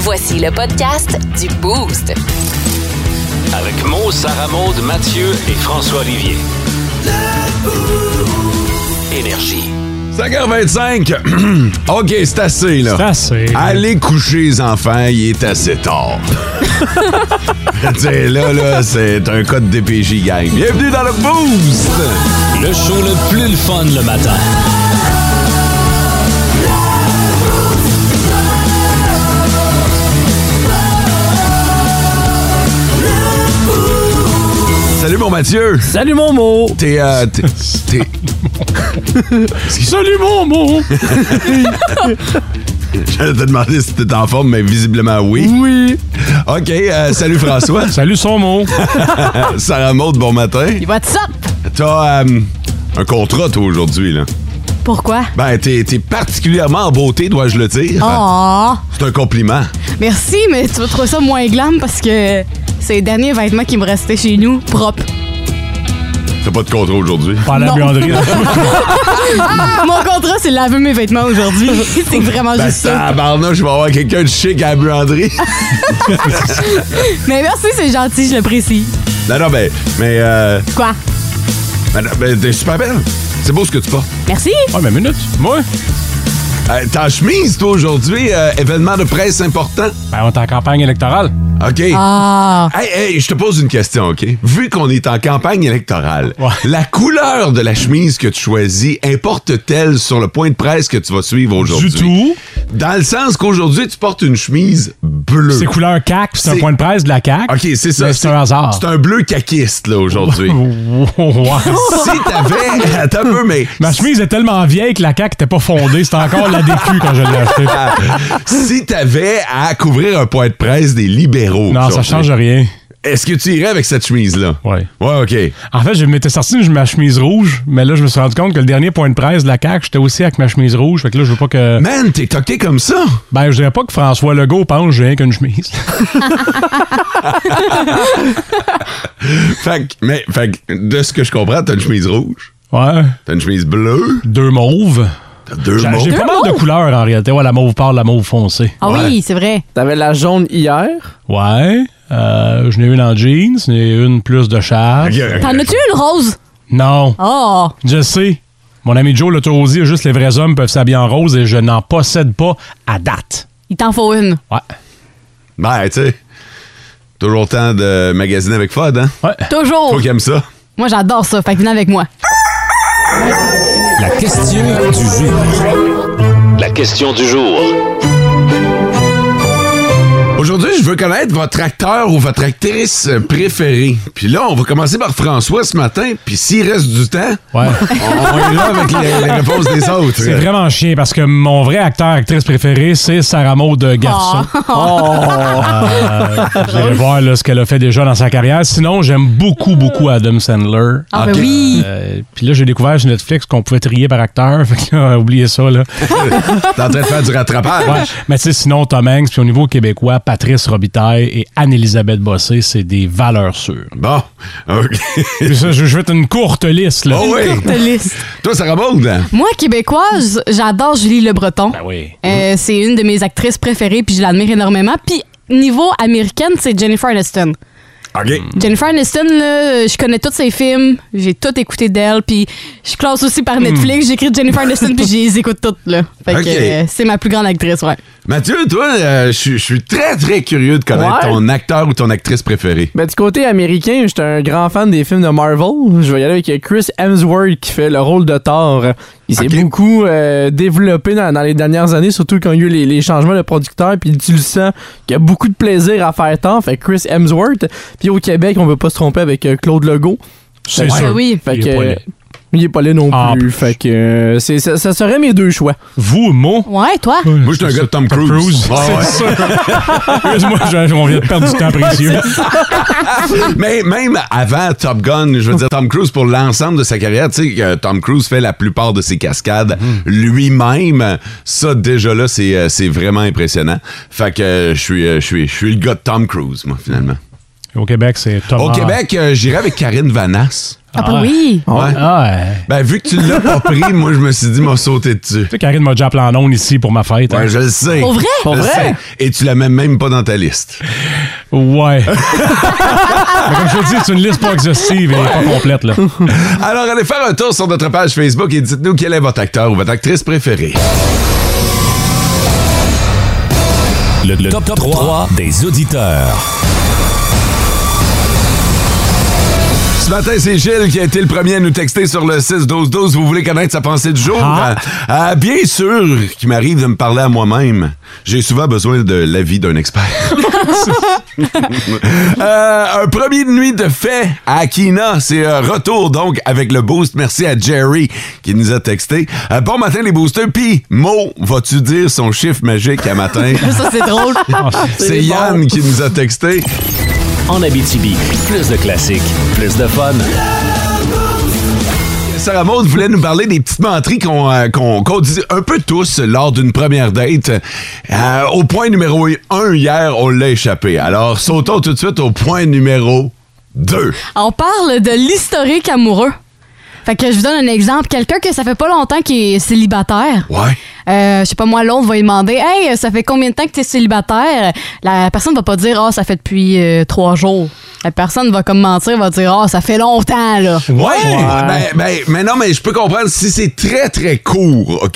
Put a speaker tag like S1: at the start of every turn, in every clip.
S1: Voici le podcast du Boost.
S2: Avec Mo, Sarah Maud, Mathieu et François Olivier. Énergie.
S3: 5h25. OK, c'est assez, là.
S4: C'est assez, là.
S3: Allez coucher, les enfants, il est assez tard. Tu sais, là, là, c'est un code DPJ gang. Bienvenue dans le Boost!
S2: Le show le plus le fun le matin.
S3: Salut, mon Mathieu!
S4: Salut mon mot!
S3: T'es. euh, t'es- t'es-
S4: Salut mon mot!
S3: J'allais te demander si t'étais en forme, mais visiblement oui.
S4: Oui!
S3: OK, euh, salut François.
S4: Salut son mot!
S3: Sarah Maud, bon matin.
S5: What's up?
S3: T'as euh, un contrat, toi, aujourd'hui, là.
S5: Pourquoi?
S3: Ben, t'es t'es particulièrement en beauté, dois-je le dire.
S5: Oh!
S3: C'est un compliment.
S5: Merci, mais tu vas trouver ça moins glam parce que c'est les derniers vêtements qui me restaient chez nous propres.
S3: T'as pas de contrat aujourd'hui.
S4: Pas à la
S5: Non.
S4: buanderie.
S5: Mon contrat, c'est de laver mes vêtements aujourd'hui. c'est vraiment
S3: Ben,
S5: juste ça.
S3: tabarnak, je vais avoir quelqu'un de chic à la buanderie.
S5: Mais merci, c'est gentil, je l'apprécie.
S3: non, non, ben, mais, euh,
S5: Quoi?
S3: ben, non, ben, t'es super belle. C'est beau ce que tu portes.
S5: Merci?
S4: Ah, mais minute. Moi?
S3: Euh, T'es en chemise, toi, aujourd'hui, euh, événement de presse important.
S4: Ben, on est en campagne électorale.
S3: OK.
S5: Ah!
S3: Hey, hey, je te pose une question, OK? Vu qu'on est en campagne électorale,
S4: Ouais.
S3: la couleur de la chemise que tu choisis importe-t-elle sur le point de presse que tu vas suivre aujourd'hui?
S4: Du tout.
S3: Dans le sens qu'aujourd'hui, tu portes une chemise bleue.
S4: C'est couleur CAC, c'est un
S3: C'est-
S4: point de presse de la CAC.
S3: OK, c'est ça.
S4: Mais c'est un hasard.
S3: C'est un bleu caquiste, là, aujourd'hui.
S4: Ouais.
S3: si t'avais... Attends un peu, mais...
S4: Ma chemise est tellement vieille que la CAQ n'était pas fondée. C'était encore la DQ quand je l'ai achetée.
S3: si t'avais à couvrir un point de presse des libéraux...
S4: Non, ça
S3: aujourd'hui,
S4: change rien.
S3: Est-ce que tu irais avec cette chemise-là?
S4: Ouais.
S3: Ouais, OK.
S4: En fait, je m'étais sorti de ma chemise rouge, mais là, je me suis rendu compte que le dernier point de presse de la CAQ, j'étais aussi avec ma chemise rouge. Fait que là, je veux pas que.
S3: Man, t'es toqué comme ça?
S4: Ben, je dirais pas que François Legault pense que j'ai rien qu'une chemise.
S3: Fait que- mais, fait que, de ce que je comprends, t'as une chemise rouge,
S4: Ouais.
S3: t'as une chemise bleue,
S4: Deux mauves.
S3: t'as deux
S4: J'ai j'ai
S3: mots.
S4: pas mal de couleurs en réalité. Ouais, la mauve pâle, la mauve foncée.
S5: Ah
S3: Ouais.
S5: oui, c'est vrai.
S6: T'avais la jaune hier.
S4: Ouais. Euh, je n'ai une en jeans, j'en ai une plus de charge.
S3: Ok, ok.
S5: T'en as-tu une rose?
S4: Non,
S5: Oh!
S4: je sais. Mon ami Joe l'a toujours dit, juste les vrais hommes peuvent s'habiller en rose et je n'en possède pas à date.
S5: Il t'en faut une.
S4: Ouais.
S3: Ben, tu sais, toujours le temps de magasiner avec Fod, hein?
S4: Ouais.
S5: Toujours!
S3: Toi qui aimes ça.
S5: Moi, j'adore ça. Fait que viens avec moi.
S2: La question du jour. La question du jour.
S3: Aujourd'hui, je veux connaître votre acteur ou votre actrice préférée. Puis là, on va commencer par François ce matin, puis s'il reste du temps,
S4: Ouais.
S3: on, on ira avec les, les réponses des autres.
S4: C'est vraiment chiant parce que mon vrai acteur, actrice préférée, c'est Sarah Maud Garçon. Euh, vous allez voir là, ce qu'elle a fait déjà dans sa carrière. Sinon, j'aime beaucoup, beaucoup Adam Sandler.
S5: Ah,
S3: Ok.
S5: ben oui!
S4: Euh, Puis là, j'ai découvert sur Netflix qu'on pouvait trier par acteur. Fait que là, oubliez ça, là.
S3: T'es en train de faire du rattrapage.
S4: Ouais. Mais tu sais, sinon, Tom Hanks, puis au niveau québécois, Patrice Robitaille et Anne-Élisabeth Bossé, c'est des valeurs sûres.
S3: Bon, OK.
S4: Puis ça, je, je vais te une courte liste, là.
S3: Oh oui!
S5: Courte liste.
S3: Toi, ça remonte, hein?
S5: Moi, québécoise, j'adore Julie Le Breton.
S4: Ben oui.
S5: Euh, c'est une de mes actrices préférées, puis je l'admire énormément. Puis niveau américaine, c'est Jennifer Aniston.
S3: OK.
S5: Jennifer Aniston, là, euh, je connais tous ses films, j'ai tout écouté d'elle, puis je classe aussi par Netflix, j'écris Jennifer Aniston, puis je les écoute toutes. Là. Fait que
S3: Ok.
S5: euh, c'est ma plus grande actrice, ouais.
S3: Mathieu, toi, euh, je suis- je suis très, très curieux de connaître
S6: Ouais.
S3: ton acteur ou ton actrice préférée.
S6: Ben, du côté américain, j'étais un grand fan des films de Marvel. Je vais y aller avec Chris Hemsworth qui fait le rôle de Thor. Il s'est
S3: Ok.
S6: beaucoup euh, développé dans, dans les dernières années, surtout quand il y a eu les, les changements de producteurs. Puis tu le sens qu'il y a beaucoup de plaisir à faire Thor. Fait Chris Hemsworth. Puis au Québec, on peut pas se tromper avec euh, Claude Legault.
S4: C'est
S6: Ouais.
S4: sûr.
S5: Oui.
S6: Fait
S4: Il
S6: que, euh,
S4: est pas laid.
S6: Il est pas là non
S4: Ah,
S6: plus.
S4: pff.
S6: Fait que euh, c'est- ça, ça serait mes deux choix.
S4: Vous, moi,
S5: Ouais, toi?
S3: Moi, je suis un gars de Tom Cruise.
S4: Cruise.
S3: Ouais, ouais.
S4: C'est sûr. moi on vient de perdre du temps précieux.
S3: Mais même avant Top Gun, je veux dire, Tom Cruise, pour l'ensemble de sa carrière, tu sais, que Tom Cruise fait la plupart de ses cascades lui-même. Ça, déjà là, c'est, euh, c'est vraiment impressionnant. Fait que euh, je suis, euh, je suis, je suis le gars de Tom Cruise, moi, finalement. Ah.
S4: Au Québec, c'est Thomas.
S3: Au Québec, euh, j'irai avec Karine Vanasse.
S5: Ah, bah oui.
S3: Ouais.
S4: Ah, ouais. Tu
S3: Ben, vu que tu l'as pas pris, moi, je me suis dit, m'a sauté dessus.
S4: sais, Karine m'a déjà appelé en ondes ici pour ma fête. hein.
S3: Ouais, je le sais.
S5: Pour vrai?
S3: Je
S6: Pour
S3: le
S6: vrai?
S3: sais. Et tu la mets même pas dans ta liste.
S4: Ouais. Mais comme je te dis, c'est une liste pas exhaustive et pas complète, là.
S3: Alors, allez faire un tour sur notre page Facebook et dites-nous quel est votre acteur ou votre actrice préférée.
S2: Le, le top, 3 des auditeurs.
S3: Ce matin, c'est Gilles qui a été le premier à nous texter sur le 6-12-12. Vous voulez connaître sa pensée du jour?
S4: Ah.
S3: Ah, ah, bien sûr qu'il m'arrive de me parler à moi-même. J'ai souvent besoin de l'avis d'un expert. Euh, un premier de nuit de fait à Akina. C'est un retour donc avec le boost. Merci à Jerry qui nous a texté. Euh, bon matin les boosters. Puis, Mo, vas-tu dire son chiffre magique à matin?
S5: Ça, c'est drôle.
S3: c'est Yann qui nous a texté.
S2: En Abitibi, plus de classiques, plus de fun.
S3: Sarah Maud voulait nous parler des petites menteries qu'on euh, qu'on- qu'on dit un peu tous lors d'une première date. Euh, au point numéro 1, hier, on l'a échappé. Alors, sautons tout de suite au point numéro 2.
S5: On parle de l'historique amoureux. Fait que je vous donne un exemple. Quelqu'un que ça fait pas longtemps qui est célibataire.
S3: Ouais.
S5: Euh, je sais pas moi, l'autre va lui demander Hey, ça fait combien de temps que t'es célibataire? La personne va pas dire Ah, ça fait depuis euh, trois jours. La personne va comme mentir, va dire Ah, ça fait longtemps, là.
S3: Ouais! Ben, ben, mais non, mais je peux comprendre si c'est très, très court, OK?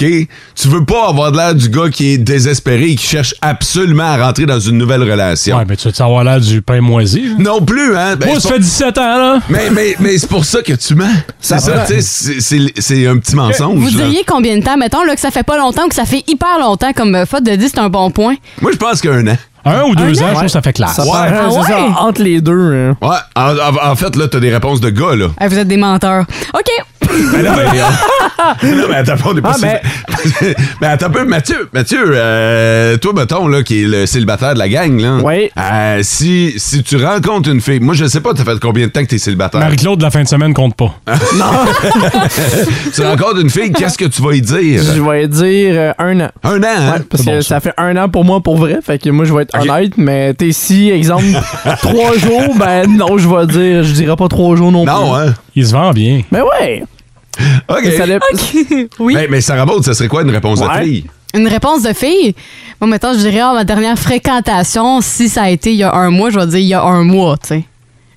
S3: Tu veux pas avoir de l'air du gars qui est désespéré et qui cherche absolument à rentrer dans une nouvelle relation.
S4: Ouais, mais tu veux te savoir l'air du pain moisi? là?
S3: Non plus, hein? Ben,
S4: Moi,
S3: c'est
S4: ça
S3: pas-
S4: fait 17 ans, là.
S3: Mais, mais, mais c'est pour ça que tu mens. C'est ça, tu sais, c'est- c'est c'est un petit mensonge.
S5: Euh, Vous
S3: là.
S5: diriez combien de temps? Mettons là, que ça fait pas longtemps ou que ça fait hyper longtemps, comme euh, faute de 10, c'est un bon point.
S3: Moi, je pense qu'un an.
S4: Un ou deux ans, je trouve que ça fait classe.
S6: Ça
S3: Ouais.
S6: paraît,
S5: Ah
S6: c'est ça,
S5: ouais?
S6: entre les deux. hein.
S3: Ouais, en, en- en fait, là, t'as des réponses de gars, là.
S5: Ah, vous êtes des menteurs. OK.
S3: Mais là, ben, là, mais attends, on est pas
S6: Ah,
S3: si-
S6: mais-
S3: mais attends un peu, Mathieu, Mathieu, euh, toi, mettons, là, qui est le célibataire de la gang, là.
S6: Oui.
S3: Euh, si, si tu rencontres une fille, moi, je sais pas, t'as fait combien de temps que t'es célibataire?
S4: Marie-Claude, de la fin de semaine, compte pas.
S3: Tu rencontres une fille, qu'est-ce que tu vas y dire?
S6: Je vais dire euh, un an.
S3: Un an, hein?
S6: Ouais, parce
S4: c'est bon,
S6: que
S4: ça.
S6: ça. fait un an pour moi pour vrai. Fait que moi, je vais être honnête. Mais t'es si, exemple, trois jours, ben non, je vais dire, je dirais pas trois jours non, plus.
S3: Non, hein?
S4: Il se vend bien.
S6: Mais ouais.
S3: OK. Ben,
S6: Ça dé-
S5: oui.
S3: Mais, mais Sarah Maud, ça serait quoi une réponse de
S6: Ouais.
S3: fille?
S5: Une réponse de fille? Moi, mettons, je dirais, ah, ma dernière fréquentation, si ça a été il y a un mois, je vais dire il y a un mois, tu sais.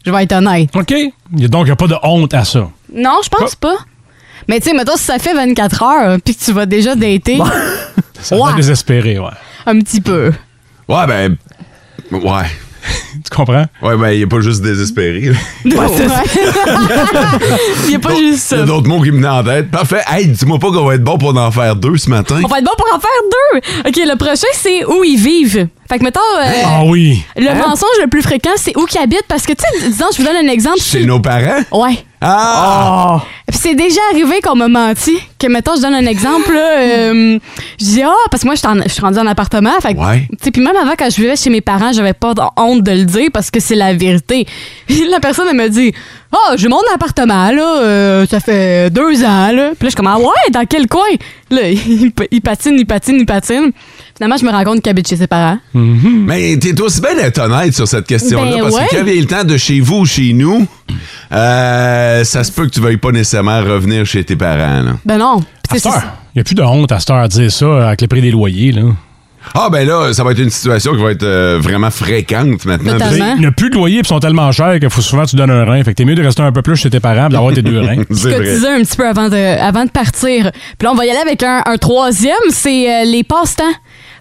S5: Je vais être honnête.
S4: OK. Il y a- Donc, il n'y a pas de honte à ça.
S5: Non, je pense pas. Mais tu sais, mettons, si ça fait 24 heures, puis que tu vas déjà dater,
S4: Ça va
S5: Ouais.
S4: désespéré, ouais.
S5: un petit peu.
S3: Ouais, ben. Ouais.
S4: Tu comprends?
S3: Ouais, ben, il est pas juste désespéré. là.
S5: il n'y a pas juste
S3: Il y
S5: ça.
S3: a d'autres mots qui me venaient en tête. Parfait. Hey, dis-moi pas qu'on va être bon pour en faire deux ce matin.
S5: On va être bon pour en faire deux. OK, le prochain, c'est où ils vivent. Fait que, mettons, euh,
S4: Ah oui.
S5: le mensonge le plus fréquent, c'est où qu'ils habitent. Parce que, tu sais, disons, je vous donne un exemple.
S3: Chez nos parents?
S5: Ouais.
S3: Ah!
S6: Ah,
S5: Puis c'est déjà arrivé qu'on m'a menti. Que, mettons, je donne un exemple. là, euh, je dis, ah, parce que moi, je suis en- je suis rendue en appartement. Fait que,
S3: Ouais.
S5: tu sais, puis même avant, quand je vivais chez mes parents, j'avais pas d- honte de le dire parce que c'est la vérité. Puis la personne, elle me dit, ah, j'ai mon appartement, là. euh, ça fait deux ans, là. Puis là, je suis comme, ah, ouais, dans quel coin? Là, il, pa- il patine, il patine, il patine. Finalement, je me rends compte qu'il habite chez ses parents.
S3: Mais t'es aussi bien d'être honnête sur cette question-là,
S5: Ben
S3: parce
S5: ouais.
S3: que quand vient le temps de chez vous ou chez nous, euh, ça se peut que tu veuilles pas nécessairement revenir chez tes parents. là.
S5: Ben
S4: À
S5: non. Puis
S4: cette
S5: tu sais,
S4: heure. Il n'y a plus de honte à cette heure à dire ça euh, avec le prix des loyers, là.
S3: Ah ben là, ça va être une situation qui va être euh, vraiment fréquente maintenant.
S5: Totalement. Hein?
S4: Ben, Il n'y a plus de loyers puis ils sont tellement chers que faut souvent que tu donnes un rein. Fait que t'es mieux de rester un peu plus chez tes parents pis d'avoir tes deux reins.
S3: C'est
S5: Je
S3: vrai.
S5: cotisais un petit peu avant de, avant de partir. Puis là, on va y aller avec un, un troisième, c'est euh, les passe-temps.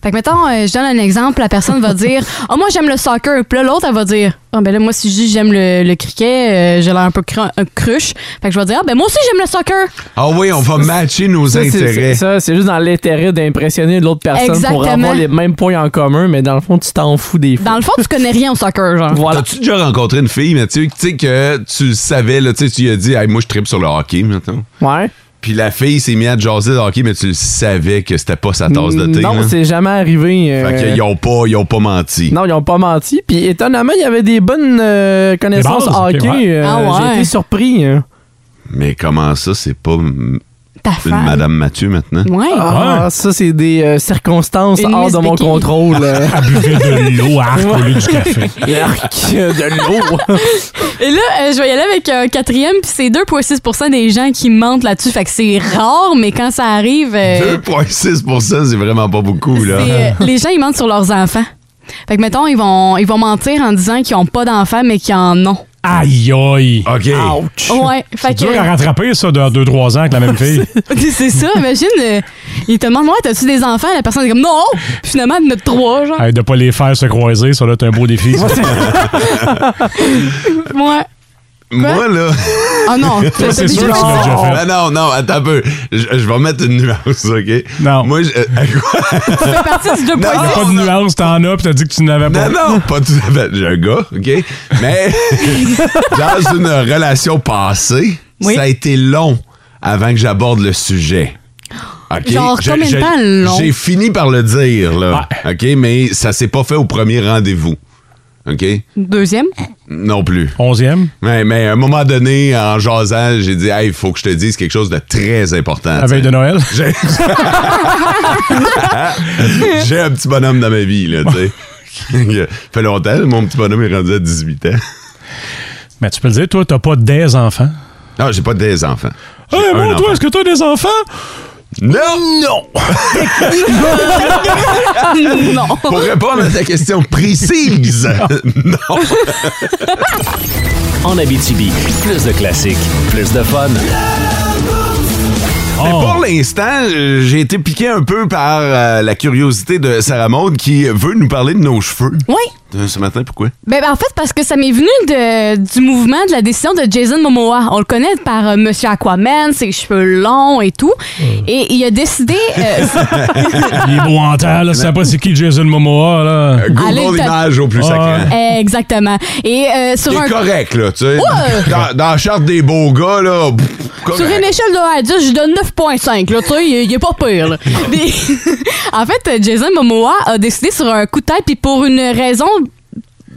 S5: Fait que, mettons, euh, je donne un exemple, la personne va dire « Ah, moi, j'aime le soccer. » Puis là, l'autre, elle va dire « Ah, ben là, moi, si je dis j'aime le, le cricket, euh, j'ai l'air un peu cru- un cruche. » Fait que je vais dire « Ah, ben moi aussi, j'aime le soccer.
S3: Ah oui, on va matcher nos
S6: ça, c'est- c'est
S3: intérêts.
S6: ça, c'est juste dans l'intérêt d'impressionner l'autre personne pour
S5: Exactement.
S6: avoir les mêmes points en commun, mais dans le fond, tu t'en fous des » fois.
S5: Dans le fond, tu connais rien au soccer, genre.
S6: Voilà.
S3: As-tu déjà rencontré une fille, Mathieu, que tu sais que tu le savais, là, tu sais, tu lui as dit, hey, moi je tripe sur le hockey, maintenant.
S6: Ouais.
S3: Puis la fille s'est mise à te jaser de hockey, mais tu le savais que c'était pas sa tasse de thé.
S6: Non,
S3: là.
S6: c'est jamais arrivé. euh,
S3: Fait qu'ils ont pas, ils ont pas menti.
S6: Non, ils ont pas menti. Puis étonnamment, il y avait des bonnes euh, connaissances
S4: Des bases, ok,
S6: hockey.
S4: ouais.
S6: euh,
S5: Ah ouais.
S6: J'ai été surpris. hein.
S3: Mais comment ça, c'est pas m-
S5: Ta
S3: une
S5: femme.
S3: Madame Mathieu maintenant?
S5: Ouais.
S6: Ah,
S4: Ouais.
S6: ça, c'est des euh, circonstances
S5: Une
S6: hors
S5: Miss
S6: de mon
S5: Becky.
S6: contrôle. euh.
S4: À buvez de l'eau à arc au lieu du café.
S6: Arc de l'eau.
S5: Et là, euh, je vais y aller avec un quatrième, puis c'est 2,6 des gens qui mentent là-dessus. Fait que c'est rare, mais quand ça arrive, euh,
S3: 2,6 c'est vraiment pas beaucoup,
S5: c'est,
S3: là.
S5: euh, les gens, ils mentent sur leurs enfants. Fait que, mettons, ils vont, ils vont mentir en disant qu'ils n'ont pas d'enfants, mais qu'ils en ont.
S4: Aïe, aïe.
S3: OK.
S6: Ouch!
S5: Ouais, fait
S4: C'est
S5: que.
S4: dur à rattraper, ça, de 2-3 ans avec la même fille.
S5: c'est ça, imagine. euh, ils te demandent, ouais, t'as-tu des enfants? La personne est comme, non! Puis finalement, elle en a trois, genre.
S4: Hey, de pas les faire se croiser, ça, là, t'es un beau défi. ça.
S5: Ouais.
S3: Moi, là.
S5: Oh non, t'as- t'as
S4: Ah. c'est
S5: dit
S4: sûr que tu
S5: non.
S4: l'as déjà fait.
S3: Ben non, non, attends un peu. Je, je vais mettre une nuance, OK?
S4: Non.
S3: Moi, je. euh, quoi?
S5: Tu fais partie du 2,6.
S4: Il n'y a pas de nuance, t'en as, puis t'as dit que tu n'avais pas.
S3: Non, non, pas tout à fait. J'ai un gars, OK? Mais dans une relation passée,
S5: Oui.
S3: ça a été long avant que j'aborde le sujet. OK?
S5: Genre,
S3: Je-
S5: combien de
S3: je-
S5: temps long?
S3: J'ai fini par le dire, là.
S4: Ouais.
S3: OK? Mais ça s'est pas fait au premier rendez-vous. OK?
S5: Deuxième.
S3: Non plus.
S4: Onzième,
S3: Mais, mais à un moment donné, en jasant, j'ai dit, hey, il faut que je te dise quelque chose de très important.
S5: Ah
S4: la
S5: ben,
S4: veille de Noël.
S3: J'ai J'ai un petit bonhomme dans ma vie, là, tu sais. Ça fait longtemps, mon petit bonhomme est rendu à 18 ans.
S4: Mais tu peux le dire, toi, t'as pas des enfants.
S3: Non, j'ai pas des enfants. J'ai
S4: Hey,
S3: un
S4: bon,
S3: enfant.
S4: toi, est-ce que t'as des enfants?
S3: Non! Non!
S5: non.
S3: Pour répondre à ta question précise, non!
S2: En Abitibi, plus de classiques, plus de fun.
S3: Mais
S4: Oh.
S3: pour l'instant, euh, j'ai été piqué un peu par euh, la curiosité de Sarah Maud qui veut nous parler de nos cheveux.
S5: Oui.
S3: Euh, Ce matin, pourquoi?
S5: Ben, ben, en fait, parce que ça m'est venu de, du mouvement de la décision de Jason Momoa. On le connaît par euh, Monsieur Aquaman, ses cheveux longs et tout. Et il a décidé. euh,
S4: Il est beau en terre, là. Je sais pas c'est qui Jason Momoa, là.
S3: Google
S5: Allez, t'as-
S3: Euh, l'image au plus
S4: Ouais.
S3: sacré.
S5: euh, exactement. Et euh, sur,
S3: C'est
S5: un,
S3: correct, là, tu sais. Dans, dans la charte des beaux gars, là, pff,
S5: sur
S3: correct.
S5: une échelle de 1 à 10, je donne 9,5. là, Tu sais, il- il est pas pire. là. Mais- en fait, euh, Jason Momoa a décidé sur un coup de tête, puis pour une raison,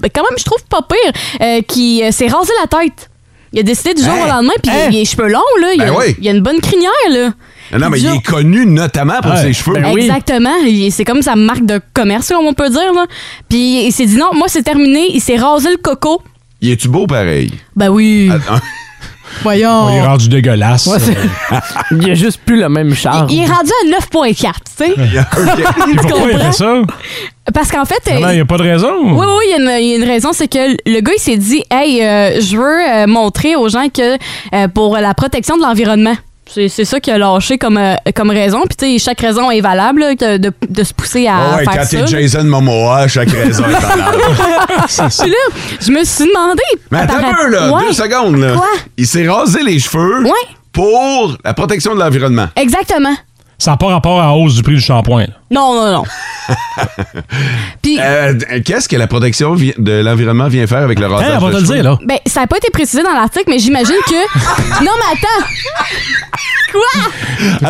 S5: ben, quand même, je trouve pas pire, euh, qui euh, s'est rasé la tête. Il a décidé du jour
S3: Hein?
S5: au lendemain, puis il a-
S3: Hein?
S5: il a les cheveux longs, là. Il,
S3: Ben
S5: a,
S3: oui.
S5: il a une bonne crinière, là.
S3: Non, non, mais il
S5: Dur.
S3: est connu notamment pour
S4: Ouais.
S3: ses cheveux.
S4: Ben oui.
S5: Exactement. Il- C'est comme sa marque de commerce, comme on peut dire. Là. Puis il s'est dit non, moi c'est terminé. Il s'est rasé le coco.
S3: Il est-tu beau pareil?
S5: Ben oui.
S3: Attends.
S5: Voyons.
S4: Il est rendu dégueulasse.
S6: Ouais, c'est- Il y a juste plus le même
S3: Ah.
S6: charme.
S5: Il, il est rendu à 9,4, tu sais.
S3: OK.
S4: Et pourquoi il
S5: comprends?
S4: fait ça?
S5: Parce qu'en fait.
S4: Vraiment,
S5: euh,
S4: il n'y a pas de raison.
S5: Oui, oui, il y a une- il y, a une raison, c'est que le gars, il s'est dit, hey, euh, je veux euh, montrer aux gens que euh, pour la protection de l'environnement. C'est c'est ça qu'il a lâché comme, euh, comme raison. Puis, tu sais, chaque raison est valable là, de, de- de se pousser à
S3: Ah ouais,
S5: faire
S3: quand
S5: ça.
S3: t'es Jason Momoa, chaque raison est valable.
S5: Puis là, je me suis demandé.
S3: Mais attends un peu, là,
S5: Ouais.
S3: deux secondes, là.
S5: Quoi?
S3: Il s'est rasé les cheveux
S5: Ouais.
S3: pour la protection de l'environnement.
S5: Exactement.
S4: Ça n'a pas rapport à la hausse du prix du shampoing. là.
S5: Non, non, non. Puis,
S3: Euh, d- Qu'est-ce que la protection vi- de l'environnement vient faire avec le rasage
S4: Hein, on va
S3: de
S4: te le
S3: cheveux?
S4: dire, là.
S5: ben, ça n'a pas été précisé dans l'article, mais j'imagine que. Non, mais attends! Quoi?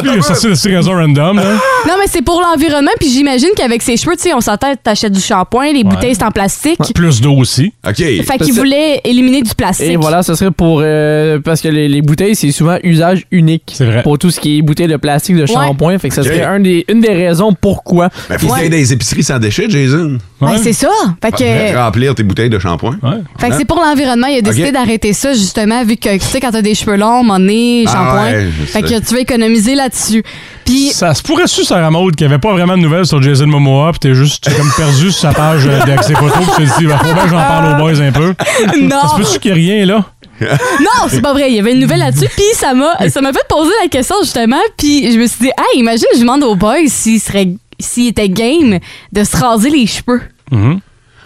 S4: Puis, il a sorti le raison random, là.
S5: Non, mais c'est pour l'environnement, puis j'imagine qu'avec ses cheveux, tu sais, on s'entend, t'achètes du shampoing, les bouteilles, c'est en plastique.
S4: Ah, Plus d'eau aussi.
S3: OK.
S5: Fait qu'il voulait éliminer du plastique.
S6: Et voilà, ce serait pour. euh, parce que les, les bouteilles, c'est souvent usage unique.
S4: C'est vrai.
S6: Pour tout ce qui est bouteille de plastique, de shampoing. Fait que ça
S3: Ok.
S6: serait un des, une des raisons pourquoi.
S3: Mais Ben, faut
S6: Ouais.
S3: qu'il y ait des épiceries sans déchets, Jason.
S5: Ben,
S4: Ouais.
S5: c'est ça.
S3: Bah,
S5: Fait que.
S3: Remplir tes bouteilles de shampoing.
S4: Ouais.
S5: Fait que c'est pour l'environnement, il a décidé
S3: Ok.
S5: d'arrêter ça justement vu que tu sais quand t'as des cheveux longs, mon nez,
S3: Ah
S5: shampoing.
S3: ouais, je
S5: fait
S3: sais.
S5: que tu veux économiser là-dessus. Puis
S4: Ça se pourrait-tu, Sarah Maud, qu'il n'y avait pas vraiment de nouvelles sur Jason Momoa, puis t'es juste t'es comme perdu sur sa page euh, avec ses photos, puis tu te dis, bah, faut bien que j'en parle aux boys un peu. Ça se
S5: non,
S4: peut-tu qu'il n'y ait rien, là?
S5: non, c'est pas vrai. Il y avait une nouvelle là-dessus. Puis ça m'a, ça m'a fait poser la question justement. Puis je me suis dit, hey, imagine, je demande aux boys s'ils seraient, s'ils étaient game de se raser les cheveux. Tu sais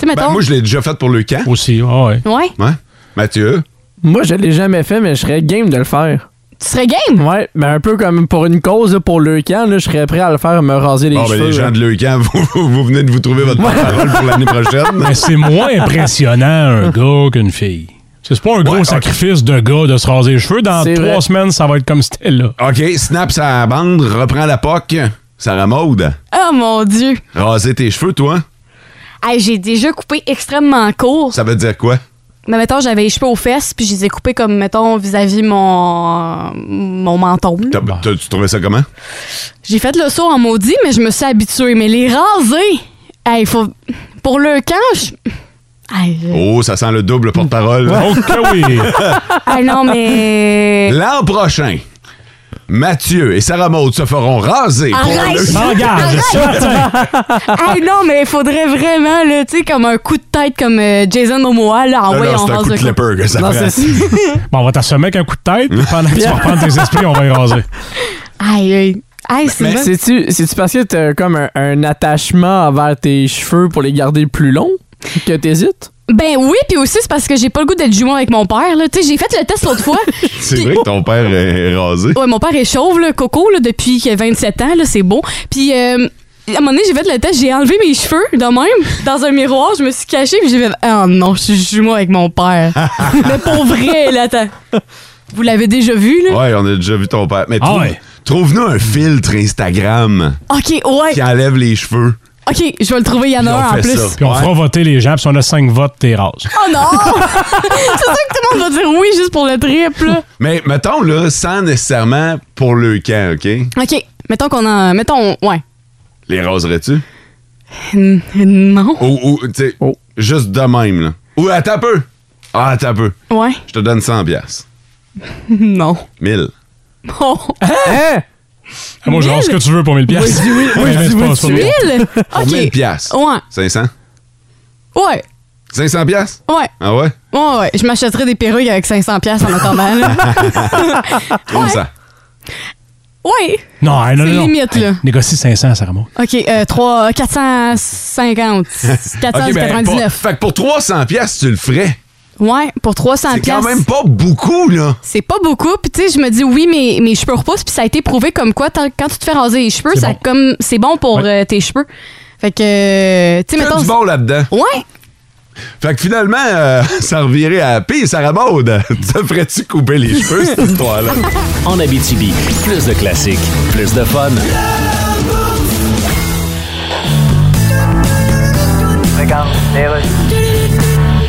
S3: Ben,
S5: mettons.
S3: moi, je l'ai déjà fait pour le camp.
S4: Aussi, ah ouais.
S5: ouais,
S3: Ouais. Mathieu?
S6: Moi, je l'ai jamais fait, mais je serais game de le faire.
S5: tu serais game.
S6: Ouais, mais un peu comme pour une cause, là, pour le camp, là, je serais prêt à le faire, me raser les
S3: Bon, ben,
S6: cheveux.
S3: les gens
S6: là.
S3: de Leucan, vous, vous- vous venez de vous trouver votre parole pour l'année prochaine.
S4: Mais c'est moins impressionnant un gars qu'une fille. C'est pas un gros
S3: Ouais, ok.
S4: sacrifice de gars de se raser les cheveux. Dans
S6: C'est
S4: trois
S6: vrai.
S4: semaines, ça va être comme c'était là.
S3: OK, snap sa bande, reprends la POC. Sarah Maude,
S5: Oh mon dieu.
S3: raser tes cheveux, toi, hein?
S5: Hey, j'ai déjà coupé extrêmement court.
S3: ça veut dire quoi?
S5: Mais mettons, j'avais les cheveux aux fesses, puis je les ai coupés comme, mettons, vis-à-vis mon, mon menton. là.
S3: T'as-
S4: Bah.
S3: t'as- tu trouvais ça comment?
S5: J'ai fait le saut en maudit, mais je me suis habituée. Mais les raser, hey, faut... pour le camp, je- Aïe, je-
S3: Oh, ça sent le double porte-parole. Oh,
S4: Ok, oui.
S5: Ah non, mais.
S3: L'an prochain, Mathieu et Sarah Maud se feront raser pour
S5: Arrête!
S3: le-
S4: M'engage.
S5: Ah non, mais il faudrait vraiment, là, tu sais, comme un coup de tête comme euh, Jason Momoa, là, en
S3: Non,
S5: ouais,
S3: non,
S5: on
S3: c'est un
S5: rase
S3: coup de
S5: le cou.
S3: clipper que ça
S6: Non,
S3: prend.
S6: c'est ça.
S4: Bon, on va t'assommer avec un coup de tête. Pendant que tu vas reprendre tes esprits, on va y raser.
S5: Aïe, aïe. Aïe, c'est
S6: Mais
S5: bon.
S6: Ben, c'est-tu c'est-tu parce que t'as comme un, un attachement envers tes cheveux pour les garder plus longs que t'hésites?
S5: Ben oui, puis aussi, c'est parce que j'ai pas le goût d'être jumeau avec mon père, là. Tu sais, j'ai fait le test l'autre fois.
S3: C'est
S5: Puis-
S3: vrai que ton père est rasé.
S5: Ouais, mon père est chauve, là, Coco, là, depuis qu'il a 27 ans, là, c'est beau. Puis, euh, à un moment donné, j'ai fait le test, j'ai enlevé mes cheveux, de même, dans un miroir, je me suis cachée, puis j'ai fait « Ah non, je suis jumeau avec mon père. » Mais pour vrai, là, attends. Vous l'avez déjà vu, là?
S3: Ouais, on a déjà vu ton père. Mais
S4: Ah
S3: trouve-
S4: ouais.
S3: trouve-nous un filtre Instagram
S5: OK, ouais.
S3: qui enlève les cheveux.
S5: OK, je vais le trouver, il y en a
S3: Ils ont
S5: un en
S3: fait
S5: plus.
S3: ça.
S4: Puis on
S3: Ouais.
S4: fera voter les gens. Puis si on a 5 votes, t'es rase.
S5: Oh non! c'est sûr que tout le monde va dire oui juste pour le trip, là.
S3: Mais mettons, là, sans nécessairement pour le camp, OK?
S5: OK, mettons qu'on en... Mettons, ouais.
S3: Les raserais-tu?
S5: N- Non.
S3: Ou, ou tu sais,
S6: Oh.
S3: juste de même, là. Ou attends un peu. Ah, attends un peu.
S5: Ouais.
S3: Je te donne 100 piastres.
S5: Non.
S3: 1000.
S5: Oh.
S6: Hein?
S4: Ah, Moi, je rase ce que tu veux pour 1000$.
S6: Moi, je dis oui. Moi, je
S4: Ouais,
S6: dis
S4: mais
S6: oui
S4: c'est pas-
S6: tout de
S4: c'est pas-
S6: suite.
S5: Mille?
S3: Pour 1000
S5: OK.
S3: piastres.
S5: Ouais.
S3: 500.
S5: Ouais.
S3: 500 piastres?
S5: Ouais.
S3: Ah ouais?
S5: Ouais, ouais, je m'achèterais des perruques avec 500 pièces en attendant. Là.
S3: Comme ça.
S5: Ouais.
S4: Non, hey, non,
S5: C'est
S4: non. non.
S5: limite, là.
S4: Hey, Négocie 500, Sarah Maud.
S5: OK, euh, 3, 450, 499.
S3: fait que pour 300 piastres, tu le ferais.
S5: Ouais, pour 300
S3: C'est quand
S5: pièces.
S3: même pas beaucoup, là.
S5: C'est pas beaucoup, puis tu sais, je me dis oui, mais mes cheveux repoussent, puis ça a été prouvé comme quoi tant- quand tu te fais raser les cheveux,
S4: C'est
S5: ça
S4: bon.
S5: comme c'est bon pour
S4: Ouais.
S5: euh, tes cheveux. Fait que euh, tu sais
S3: Fais
S5: mettons
S3: du bon là-dedans.
S5: Ouais.
S3: Fait que finalement, euh, ça revirait à pire, Sarah Maud. Te ferais-tu couper les cheveux, cette histoire-là?
S2: En Abitibi, plus de classiques, plus de fun.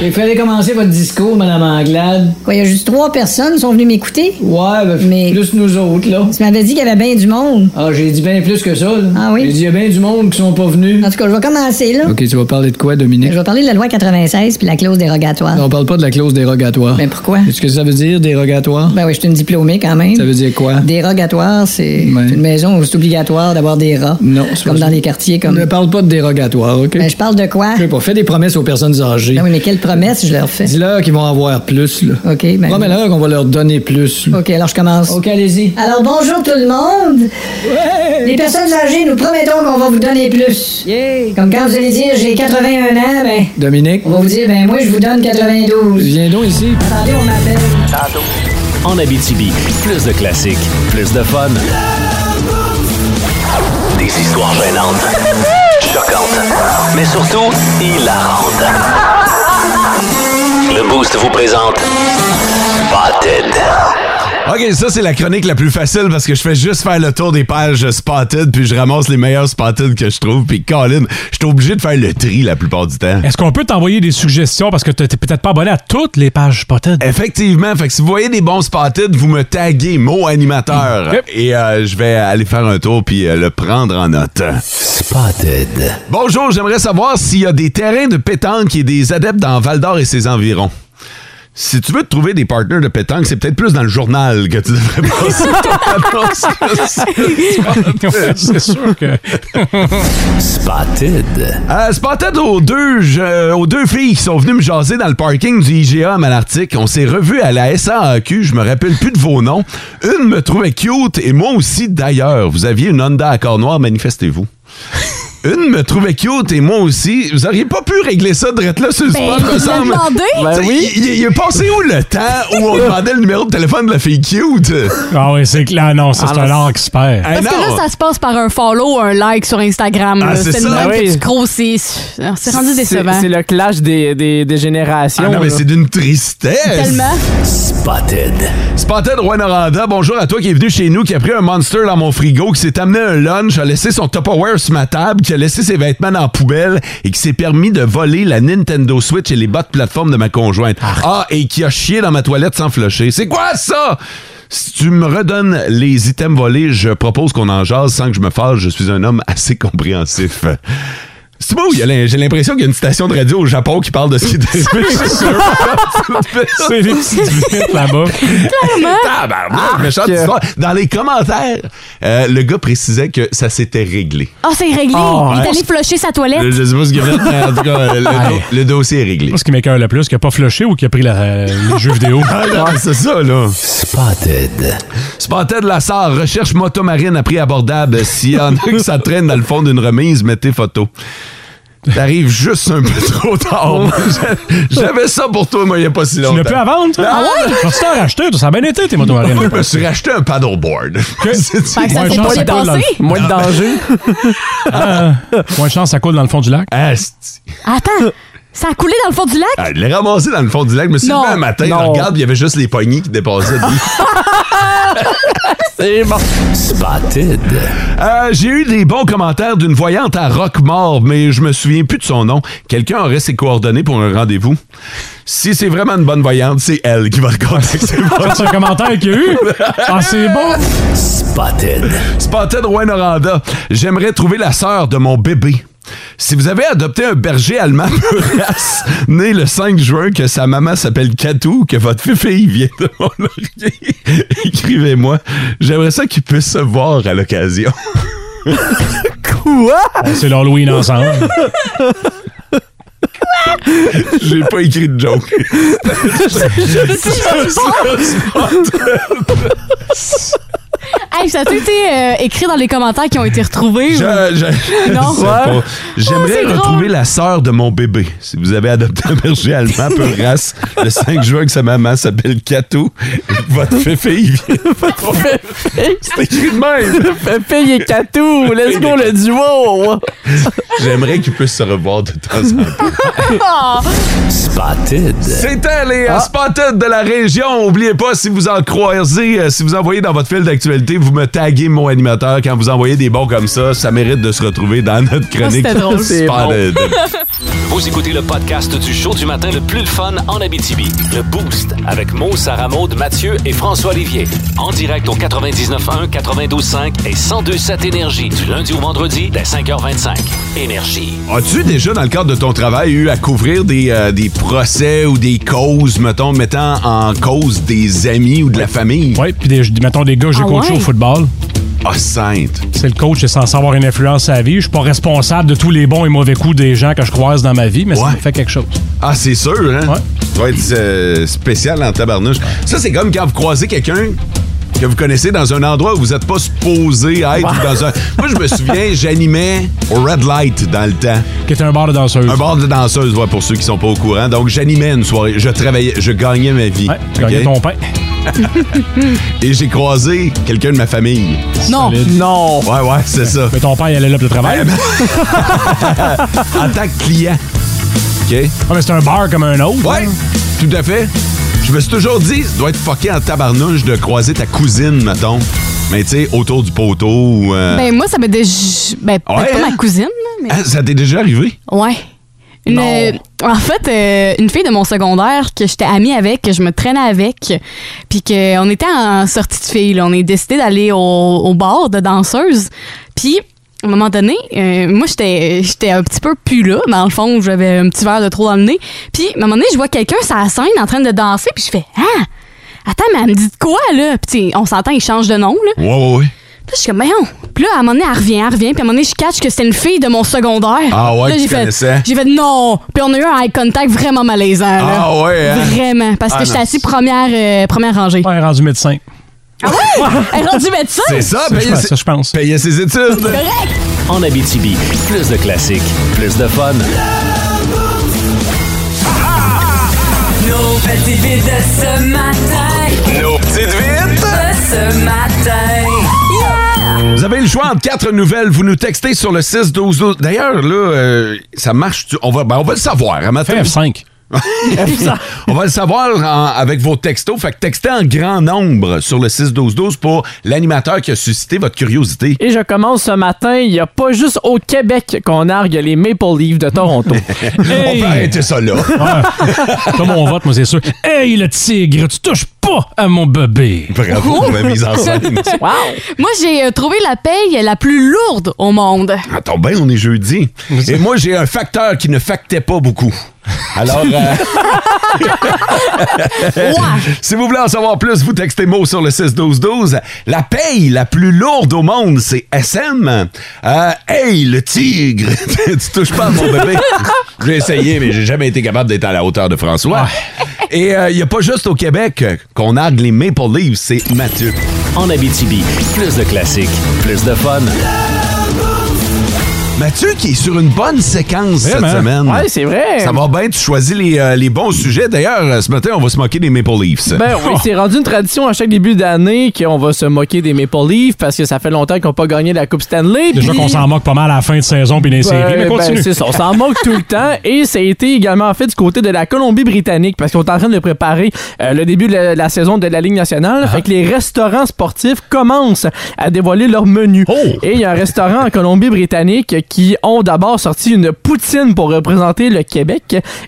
S7: Il fallait commencer votre discours, Madame Anglade.
S8: Quoi, il y a juste trois personnes qui sont venues m'écouter?
S7: Ouais, ben,
S8: Mais-
S7: plus nous autres, là.
S8: Tu m'avais dit qu'il y avait bien du monde.
S7: Ah, j'ai dit bien plus que ça, là.
S8: Ah oui?
S7: J'ai dit, il y a bien du monde qui sont pas venus.
S8: En tout cas, je vais commencer, là.
S7: OK, tu vas parler de quoi, Dominique?
S8: Je vais parler de la loi 96 puis la clause dérogatoire.
S7: On parle pas de la clause dérogatoire.
S8: Mais pourquoi?
S7: Est-ce que ça veut dire, dérogatoire?
S8: Ben oui, je suis une diplômée quand même.
S7: Ça veut dire quoi?
S8: Dérogatoire, c'est
S7: Ouais.
S8: une maison où c'est obligatoire d'avoir des rats.
S7: Non, c'est
S8: Comme
S7: pas
S8: dans
S7: ça.
S8: les quartiers, comme.
S7: Ne parle pas de dérogatoire, OK?
S8: Ben, je parle de quoi?
S7: Je sais pas, fais des promesses aux personnes âgées.
S8: Ben oui, mais quelle promesse je leur fais?
S7: Dis-leur qu'ils vont avoir plus, là.
S8: OK, ben.
S7: Promets-leur qu'on va leur donner plus, là.
S8: OK, alors je commence.
S7: allez-y.
S8: Alors bonjour tout le monde. Les personnes âgées, nous promettons qu'on va vous donner plus. Comme quand vous allez dire j'ai 81 ans, ben
S7: Dominique,
S8: on va vous dire ben moi je vous donne 92.
S7: viens donc ici.
S6: Ben
S8: Attendez, on m'appelle.
S2: En Abitibi, plus de classiques, plus de fun. Des histoires gênantes, choquantes, mais surtout hilarantes. Le Boost vous présente Spotted.
S3: OK, ça, c'est la chronique la plus facile parce que je fais juste faire le tour des pages Spotted puis je ramasse les meilleurs Spotted que je trouve. Puis Colin, je suis obligé de faire le tri la plupart du temps.
S4: Est-ce qu'on peut t'envoyer des suggestions parce que t'es t'es peut-être pas abonné à toutes les pages Spotted?
S3: Effectivement, fait que si vous voyez des bons Spotted, vous me taguez mot animateur
S4: Yep.
S3: et euh, je vais aller faire un tour puis euh, le prendre en note.
S2: Spotted.
S3: Bonjour, j'aimerais savoir s'il y a des terrains de pétanque et des adeptes dans Val d'Or et ses environs. Si tu veux te trouver des partenaires de pétanque, c'est peut-être plus dans le journal que tu devrais passer ton annonce que ça.
S4: C'est sûr que.
S2: Spotted.
S3: Euh, c'est pas peut-être aux deux, je- euh, aux deux filles qui sont venues me jaser dans le parking du IGA à Malartic. On s'est revus à la SAAQ, je me rappelle plus de vos noms. Une me trouvait cute et moi aussi d'ailleurs. Vous aviez une Honda Accord noir, manifestez-vous. Une me trouvait cute et moi aussi. Vous auriez pas pu régler ça direct là sur le
S5: Ben,
S3: spot, me
S5: il l'a
S3: semble.
S5: demandé.
S6: Ben
S3: T'sais,
S6: oui.
S3: Il, il est passé où le temps où on demandait le numéro de téléphone de la fille cute?
S4: Ah oui, c'est clair. Non, ça, c'est
S6: Ah,
S4: un
S6: non,
S4: art qui se perd.
S3: Hey,
S5: Parce que
S3: non.
S5: là, ça se passe par un follow, un like sur Instagram.
S3: Ah,
S5: là.
S3: c'est
S5: c'est le
S3: ça.
S5: même
S6: Ah oui.
S5: que tu grossis. Alors, C'est rendu décevant.
S6: C'est le clash des, des, des générations.
S3: Ah non, mais
S6: là.
S3: c'est d'une tristesse.
S5: Tellement.
S2: Spotted.
S3: Spotted Roy Noranda, bonjour à toi qui est venu chez nous, qui a pris un monster dans mon frigo, qui s'est amené un lunch, a laissé son Tupperware sur ma table, qui a laissé ses vêtements dans la poubelle et qui s'est permis de voler la Nintendo Switch et les bas de plateforme de ma conjointe. Ah, et qui a chié dans ma toilette sans flusher. C'est quoi ça? Si tu me redonnes les items volés, je propose qu'on en jase sans que je me fâche. Je suis un homme assez compréhensif. C'est beau, il y a l'im- j'ai l'impression qu'il y a une station de radio au Japon qui parle de ce qui est arrivé.
S4: C'est les petites vites là-bas.
S3: Tabarnak, méchante
S6: que-
S3: histoire. Dans les commentaires, euh, le gars précisait que ça s'était réglé.
S5: Ah, c'est réglé.
S6: Oh,
S5: il
S6: ouais.
S5: est allé flusher sa toilette.
S3: Je sais pas ce qu'il a fait, mais en tout cas, le, do- le dossier est réglé.
S4: Moi, ce qui m'écœure le plus, qui a pas flushé ou qui a pris la, euh, les jeux vidéo.
S3: Ah, c'est ça, là. Spotted. Spotted Lassard, recherche moto marine à prix abordable. S'il y en a qui ça traîne dans le fond d'une remise, mettez photo. T'arrives juste un peu trop tard. J'avais ça pour toi, moi, il n'y a pas si
S4: Tu
S3: longtemps.
S4: l'as plus à vendre, toi?
S3: Ah ouais?
S4: Tu t'en racheté, toi, ça a bien été, tes motomarines.
S3: Je me suis racheté un paddleboard.
S5: Fait que ça
S4: Ouais,
S5: s'est
S4: je pense que
S5: pas
S4: ça coule dans le-
S5: dépassé.
S6: Moins de danger.
S4: Moins de chance, ça coule dans le fond du lac.
S3: Ah, c'est-
S5: Attends, ça a coulé dans le fond du lac?
S3: ah, je l'ai ramassé dans le fond du lac. Je me suis
S5: Non.
S3: levé un matin, je
S6: Non.
S3: regarde, il y avait juste les poignées qui dépassaient.
S6: C'est bon.
S2: Spotted.
S3: Euh, J'ai eu des bons commentaires d'une voyante à Roquemort, mais je me souviens plus de son nom. Quelqu'un aurait ses coordonnées pour un rendez-vous. Si c'est vraiment une bonne voyante, c'est elle qui va le contacter.
S4: Ça, c'est un commentaire qu'il y a eu. Ah, c'est bon.
S2: Spotted.
S3: Spotted Rouen-Oranda, j'aimerais trouver la sœur de mon bébé. Si vous avez adopté un berger allemand peu race, né le 5 juin, que sa maman s'appelle Katou, que votre fille vient de mon laurier, écrivez-moi. J'aimerais ça qu'il puisse se voir à l'occasion.
S4: C'est l'Halloween ensemble.
S3: J'ai pas écrit de joke.
S5: Hey, ça a-tu été euh, écrit dans les commentaires qui ont été retrouvés?
S3: Je,
S5: ou-
S3: je- je
S5: Non.
S3: sais
S5: Ouais.
S3: pas. J'aimerais
S5: Ah, c'est
S3: retrouver
S5: drôle.
S3: la sœur de mon bébé. Si vous avez adopté un berger allemand peu race, le 5 juin que sa maman s'appelle Kato, votre fille vient. C'est écrit de même.
S6: Pépé, il est catou. Let's go, le duo.
S3: J'aimerais qu'il puisse se revoir de temps en temps.
S5: Ah!
S2: Spotted.
S3: C'était les euh, Spotted de la région. Oubliez pas, si vous en croisez, euh, si vous envoyez dans votre fil d'actualité, vous me taguez mon animateur. Quand vous envoyez des bons comme ça, ça mérite de se retrouver dans notre chronique
S5: Ah, c'était drôle.
S6: C'est bon.
S3: Spotted.
S2: Vous écoutez le podcast du show du matin le plus le fun en Abitibi. Le Boost avec Mo, Sarah Maud, Mathieu et François Olivier. En direct au 99.1, 92.5 et 102.7 Énergie du lundi au vendredi dès 5h25. Énergie.
S3: As-tu déjà, dans le cadre de ton travail, eu à couvrir des, euh, des procès ou des causes, mettons, mettant en cause des amis ou de la famille?
S4: Ouais, puis des, mettons des gars que j'ai
S5: Ah
S4: coachés
S5: ouais?
S4: au football.
S3: Ah, sainte!
S4: C'est le coach, c'est censé avoir une influence à la vie. Je suis pas responsable de tous les bons et mauvais coups des gens que je croise dans ma vie, mais
S3: Ouais.
S4: ça me fait quelque chose.
S3: Ah, c'est sûr, hein?
S4: Ouais.
S3: Ça va être euh, spécial en tabarnouche. Ça, c'est comme quand vous croisez quelqu'un que vous connaissez dans un endroit où vous n'êtes pas supposé être. ou dans un... Moi, je me souviens, j'animais au Red Light dans le temps.
S4: Qui est un bar de danseuse.
S3: Un bar de danseuse, ouais, pour ceux qui sont pas au courant. Donc, j'animais une soirée. Je travaillais, je gagnais ma vie.
S4: Ouais, tu gagnais
S3: OK?
S4: ton pain.
S3: Et j'ai croisé quelqu'un de ma famille.
S5: non.
S4: Solide.
S6: Non.
S3: Ouais, ouais, c'est ça.
S4: Mais ton père, il allait là pour le travail.
S3: en tant que client. OK?
S4: Ah, mais c'est un bar comme un autre.
S3: Ouais, tout à fait. Je me suis toujours dit, ça doit être fucké en tabarnouche de croiser ta cousine, mettons. Mais tu sais, autour du poteau ou. euh,
S5: Ben, moi, ça m'est déjà. Ben, peut-être
S3: Ouais,
S5: pas
S3: hein?
S5: ma cousine, là, mais.
S3: Ah, ça t'est déjà arrivé?
S5: Ouais. Une- euh, en fait, euh, une fille de mon secondaire que j'étais amie avec, que je me traînais avec, puis qu'on était en sortie de filles. là. On est décidé d'aller au, au bar de danseuse. Puis, à un moment donné, euh, moi, j'étais j'étais un petit peu plus là. Dans le fond, j'avais un petit verre de trop dans le nez. Puis, à un moment donné, je vois quelqu'un sur la scène en train de danser, puis je fais « Ah! Attends, mais elle me dit de quoi, là? » Puis, tu sais, on s'entend, il change de nom, là.
S3: Ouais, ouais, ouais.
S5: Puis je suis comme, mais non. Puis là, à un moment donné, elle revient, elle revient. Puis à un moment donné, je catch que c'était une fille de mon secondaire.
S3: Ah ouais,
S5: Puis là,
S3: tu
S5: j'ai
S3: connaissais?
S5: fait, J'ai fait, non. Puis on a eu un eye contact vraiment malaisant. là.
S3: Ah ouais, hein?
S5: Vraiment. Parce
S3: Ah
S5: que j'étais
S3: non.
S5: assise première, euh, première rangée.
S4: Père rendu médecin.
S5: Elle est rendue médecin.
S3: C'est ça,
S4: Ça, je
S3: payer
S4: pense-
S3: ses-
S4: ça, je pense.
S3: payer ses études.
S2: En Abitibi, plus de classiques, plus de fun.
S9: Nos petites vites de ce matin,
S3: Nos petites vites.
S9: de ce matin.
S3: Vous avez le choix entre quatre nouvelles. Vous nous textez sur le 6-12-12. D'ailleurs, là, euh, ça marche. tu- On va, ben, on va le savoir. À matin,
S4: Fais F5.
S3: On va le savoir en- avec vos textos. Fait que textez en grand nombre sur le 6-12-12 pour l'animateur qui a suscité votre curiosité.
S6: Et je commence ce matin. Il n'y a pas juste au Québec qu'on argue les Maple Leafs de Toronto.
S3: On
S4: Hey!
S3: peut arrêter ça là.
S4: Ouais. Comme on vote, moi, c'est sûr. Hey, le tigre, tu touches pas pas à mon bébé.
S3: Bravo pour la mise en scène.
S6: Wow!
S5: Moi, j'ai euh, trouvé la paye la plus lourde au monde.
S3: Attends bien, on est jeudi. Et moi, j'ai un facteur qui ne factait pas beaucoup. Alors, euh, si vous voulez en savoir plus, vous textez mot sur le 6-12-12. La paye la plus lourde au monde, c'est SM. Euh, hey, le tigre! tu touches pas à mon bébé. J'ai essayé, mais j'ai jamais été capable d'être à la hauteur de François. Et il n'y a pas juste au Québec qu'on argue les Maple Leafs, c'est Mathieu.
S2: En Abitibi, plus de classiques, plus de fun.
S3: Mathieu qui est sur une bonne séquence
S4: Vraiment.
S3: cette semaine.
S6: Ouais, c'est vrai.
S3: Ça va bien, tu choisis les, euh, les bons sujets. D'ailleurs, euh, ce matin, on va se moquer des Maple Leafs.
S6: Ben oui, c'est rendu une tradition à chaque début d'année qu'on va se moquer des Maple Leafs parce que ça fait longtemps qu'ils n'ont pas gagné la Coupe Stanley.
S4: Déjà
S6: puis-
S4: qu'on s'en moque pas mal à la fin de saison puis les
S6: Ben,
S4: séries, mais
S6: ben,
S4: continue.
S6: c'est ça, on s'en moque tout le temps. Et ça a été également fait du côté de la Colombie-Britannique parce qu'on est en train de préparer euh, le début de la, la saison de la Ligue
S4: Ah.
S6: nationale. Fait que les restaurants sportifs commencent à dévoiler leur menu.
S4: Oh!
S6: Et il y a un restaurant en Colombie-Britannique qui ont d'abord sorti une poutine pour représenter le Québec.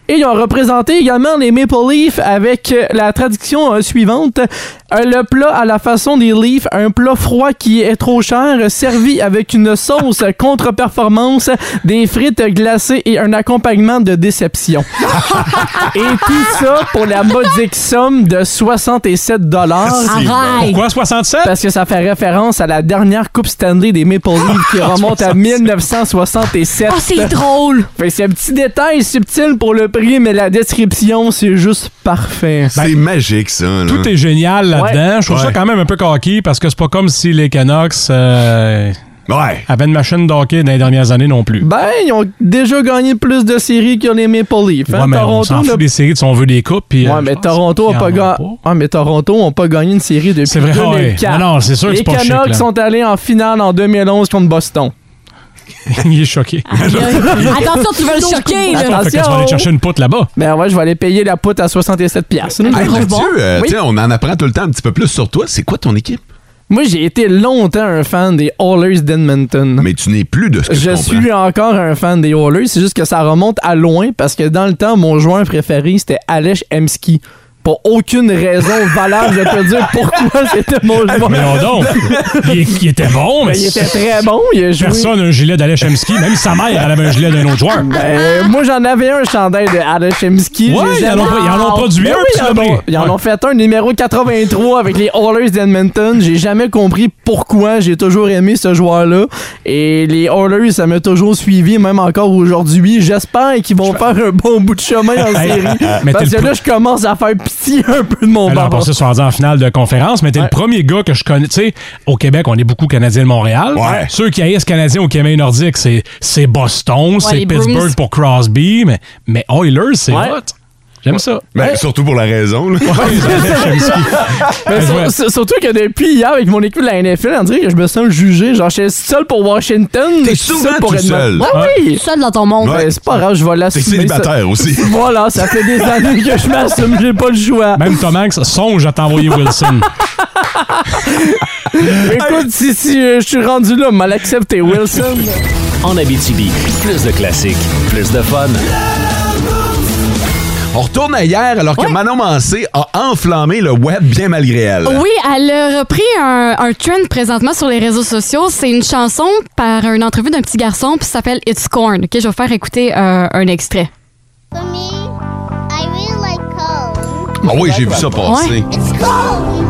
S6: Et ils ont représenté également les Maple Leafs avec euh, la traduction euh, suivante. Euh, le plat à la façon des Leafs, un plat froid qui est trop cher, euh, servi avec une sauce contre-performance, des frites glacées et un accompagnement de déception. et tout ça pour la modique somme de 67 dollars.
S5: Ah, Arrête!
S4: Pourquoi 67?
S6: Parce que ça fait référence à la dernière Coupe Stanley des Maple Leafs qui remonte à 1967.
S5: Oh, c'est drôle!
S6: Fait que c'est un petit détail subtil pour le prix, mais la description, c'est juste parfait.
S3: C'est magique, ça. là.
S4: Ben, Tout est génial là-dedans. Je trouve ça
S3: Hein. Ouais.
S4: quand même un peu coquille parce que c'est pas comme si les Canucks euh,
S3: Ouais.
S4: avaient une machine de hockey dans les dernières années non plus.
S6: Ben, ils ont déjà gagné plus de séries que les Maple Leafs. hein.
S4: ouais, mais on
S6: Toronto,
S4: s'en
S6: n'a-
S4: fout des séries, si on veut des coupes. puis, euh,
S6: Ouais,
S4: je
S6: mais
S4: pense
S6: Toronto
S4: qu'ils
S6: a
S4: en
S6: pas
S4: ont
S6: gagné. Ouais, mais Toronto n'a pas gagné une série depuis
S4: C'est vrai, ouais.
S6: 2004.
S4: Non, non, c'est sûr que
S6: les
S4: c'est pas chic,
S6: Canucks
S4: là.
S6: sont allés en finale en 2011 contre Boston.
S4: Il est
S6: Ah,
S4: choqué.
S5: Attention, tu vas le choquer, là!
S4: Fait que tu vas aller chercher une poutre là-bas.
S6: Ben ouais, je vais aller payer la poutre à 67 piastres.
S3: Hey, Mathieu, euh,
S6: Oui.
S3: tiens, on en apprend tout le temps un petit peu plus sur toi. C'est quoi ton équipe?
S6: Moi, j'ai été longtemps un fan des Oilers d'Edmonton.
S3: Mais tu n'es plus de ce que je
S6: Je
S3: comprends.
S6: suis encore un fan des Oilers, c'est juste que ça remonte à loin parce que dans le temps, mon joueur préféré, c'était Alesh Emski. Pour aucune raison valable, je peux dire pourquoi c'était mon joueur.
S4: Mais non, donc. Il, est- il était bon, mais.
S6: Ben, il était très bon, il a joué.
S4: Personne n'a un gilet d'Alechemski. Même sa mère, elle avait un gilet d'un autre joueur.
S6: Ben, moi, j'en avais un chandail de Alechemski.
S4: Ouais, ils en ont- ils en ont produit un, puis
S6: Ben ils,
S4: tu l'as
S6: en ont,
S4: pris.
S6: ils en
S4: Ouais.
S6: ont fait un numéro 83 avec les Oilers d'Edmonton. J'ai jamais compris pourquoi j'ai toujours aimé ce joueur-là. Et les Oilers, ça m'a toujours suivi, même encore aujourd'hui. J'espère qu'ils vont faire un bon bout de chemin en
S4: Hey,
S6: série.
S4: mais
S6: parce
S4: t'es
S6: que
S4: le
S6: là, je commence à faire pitié un peu de mon
S4: Alors,
S6: bord.
S4: pour ça, ils sont rendus en finale de conférence, mais t'es le premier gars que je connais. Tu sais, au Québec, on est beaucoup Canadiens de Montréal.
S3: Ouais.
S4: Ceux qui haïssent Canadiens au Québec nordique, c'est c'est Boston,
S5: les
S4: c'est Pittsburgh
S5: Bruins.
S4: pour Crosby, mais, mais Oilers, c'est
S6: Ouais.
S4: hot. J'aime ça.
S3: Ben, Surtout pour la raison. là.
S6: Mais sur-
S4: Ouais.
S6: sur- surtout que depuis hier, avec mon équipe de la NFL, on dirait que je me sens jugé. Genre, je suis seul pour Washington. je
S3: T'es
S6: suis
S3: souvent tout
S6: Edmonton.
S3: seul.
S6: Ouais, oui.
S5: Seul dans ton monde.
S3: Ouais.
S6: Ben, c'est pas grave, je vais
S3: T'es
S6: l'assumer. ça.
S3: célibataire aussi.
S6: Voilà, ça fait des années que je m'assume, j'ai pas le choix.
S4: Même Tom Hanks songe à t'envoyer Wilson.
S6: Écoute, si, si euh, je suis rendu là, mal accepté, Wilson.
S2: En Abitibi, plus de classiques, plus de fun.
S3: On retourne à hier alors que Manon Mancé a enflammé le web bien malgré elle.
S5: Oui, elle a repris un, un trend présentement sur les réseaux sociaux. C'est une chanson par une entrevue d'un petit garçon, puis ça s'appelle It's Corn. Ok, je vais vous faire écouter euh, un extrait.
S10: For me, I really like cone.
S3: Ah oui, j'ai vu ça passer.
S10: It's cone!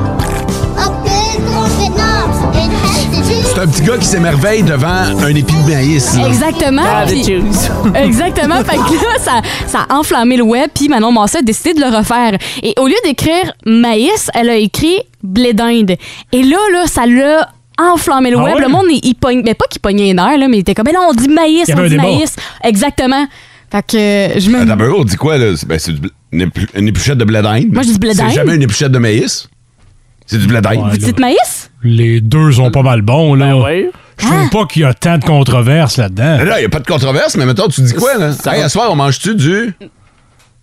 S10: A big open arms. It has the juice.
S3: C'est un petit gars qui s'émerveille devant un épi de maïs.
S4: Mm.
S3: là.
S5: Exactement. puis- Exactement. Fait que là, ça, ça a enflammé le web, puis Manon Massé a décidé de le refaire. Et au lieu d'écrire maïs, elle a écrit blé d'Inde. Et là, là, ça l'a enflammé le
S4: Ah
S5: web.
S4: ouais?
S5: Le monde, il, il pogne- mais pas qu'il pognait une heure, là, mais il était comme, ben là, on dit maïs,
S4: Il y
S5: on
S4: avait un
S5: dit
S4: débat. Ah,
S5: maïs. Exactement. Fait que euh, je me.
S3: Attends, ben, on dit quoi, là? C'est- Ben, c'est du bl- une, épu- une épluchette de blé d'Inde.
S5: Moi, je dis blé d'Inde.
S3: C'est jamais une épluchette de maïs. C'est du blé d'Inde.
S4: Ouais.
S5: Vous dites maïs?
S4: Les deux ont pas mal bon, là.
S6: Ben ouais.
S4: Je
S5: Hein?
S4: trouve pas qu'il y a tant de controverses là-dedans.
S3: Mais Là, il n'y a pas de controverse, mais mettons, tu dis quoi, là?
S6: Ça
S3: hey,
S6: va.
S3: à soir, on mange-tu du.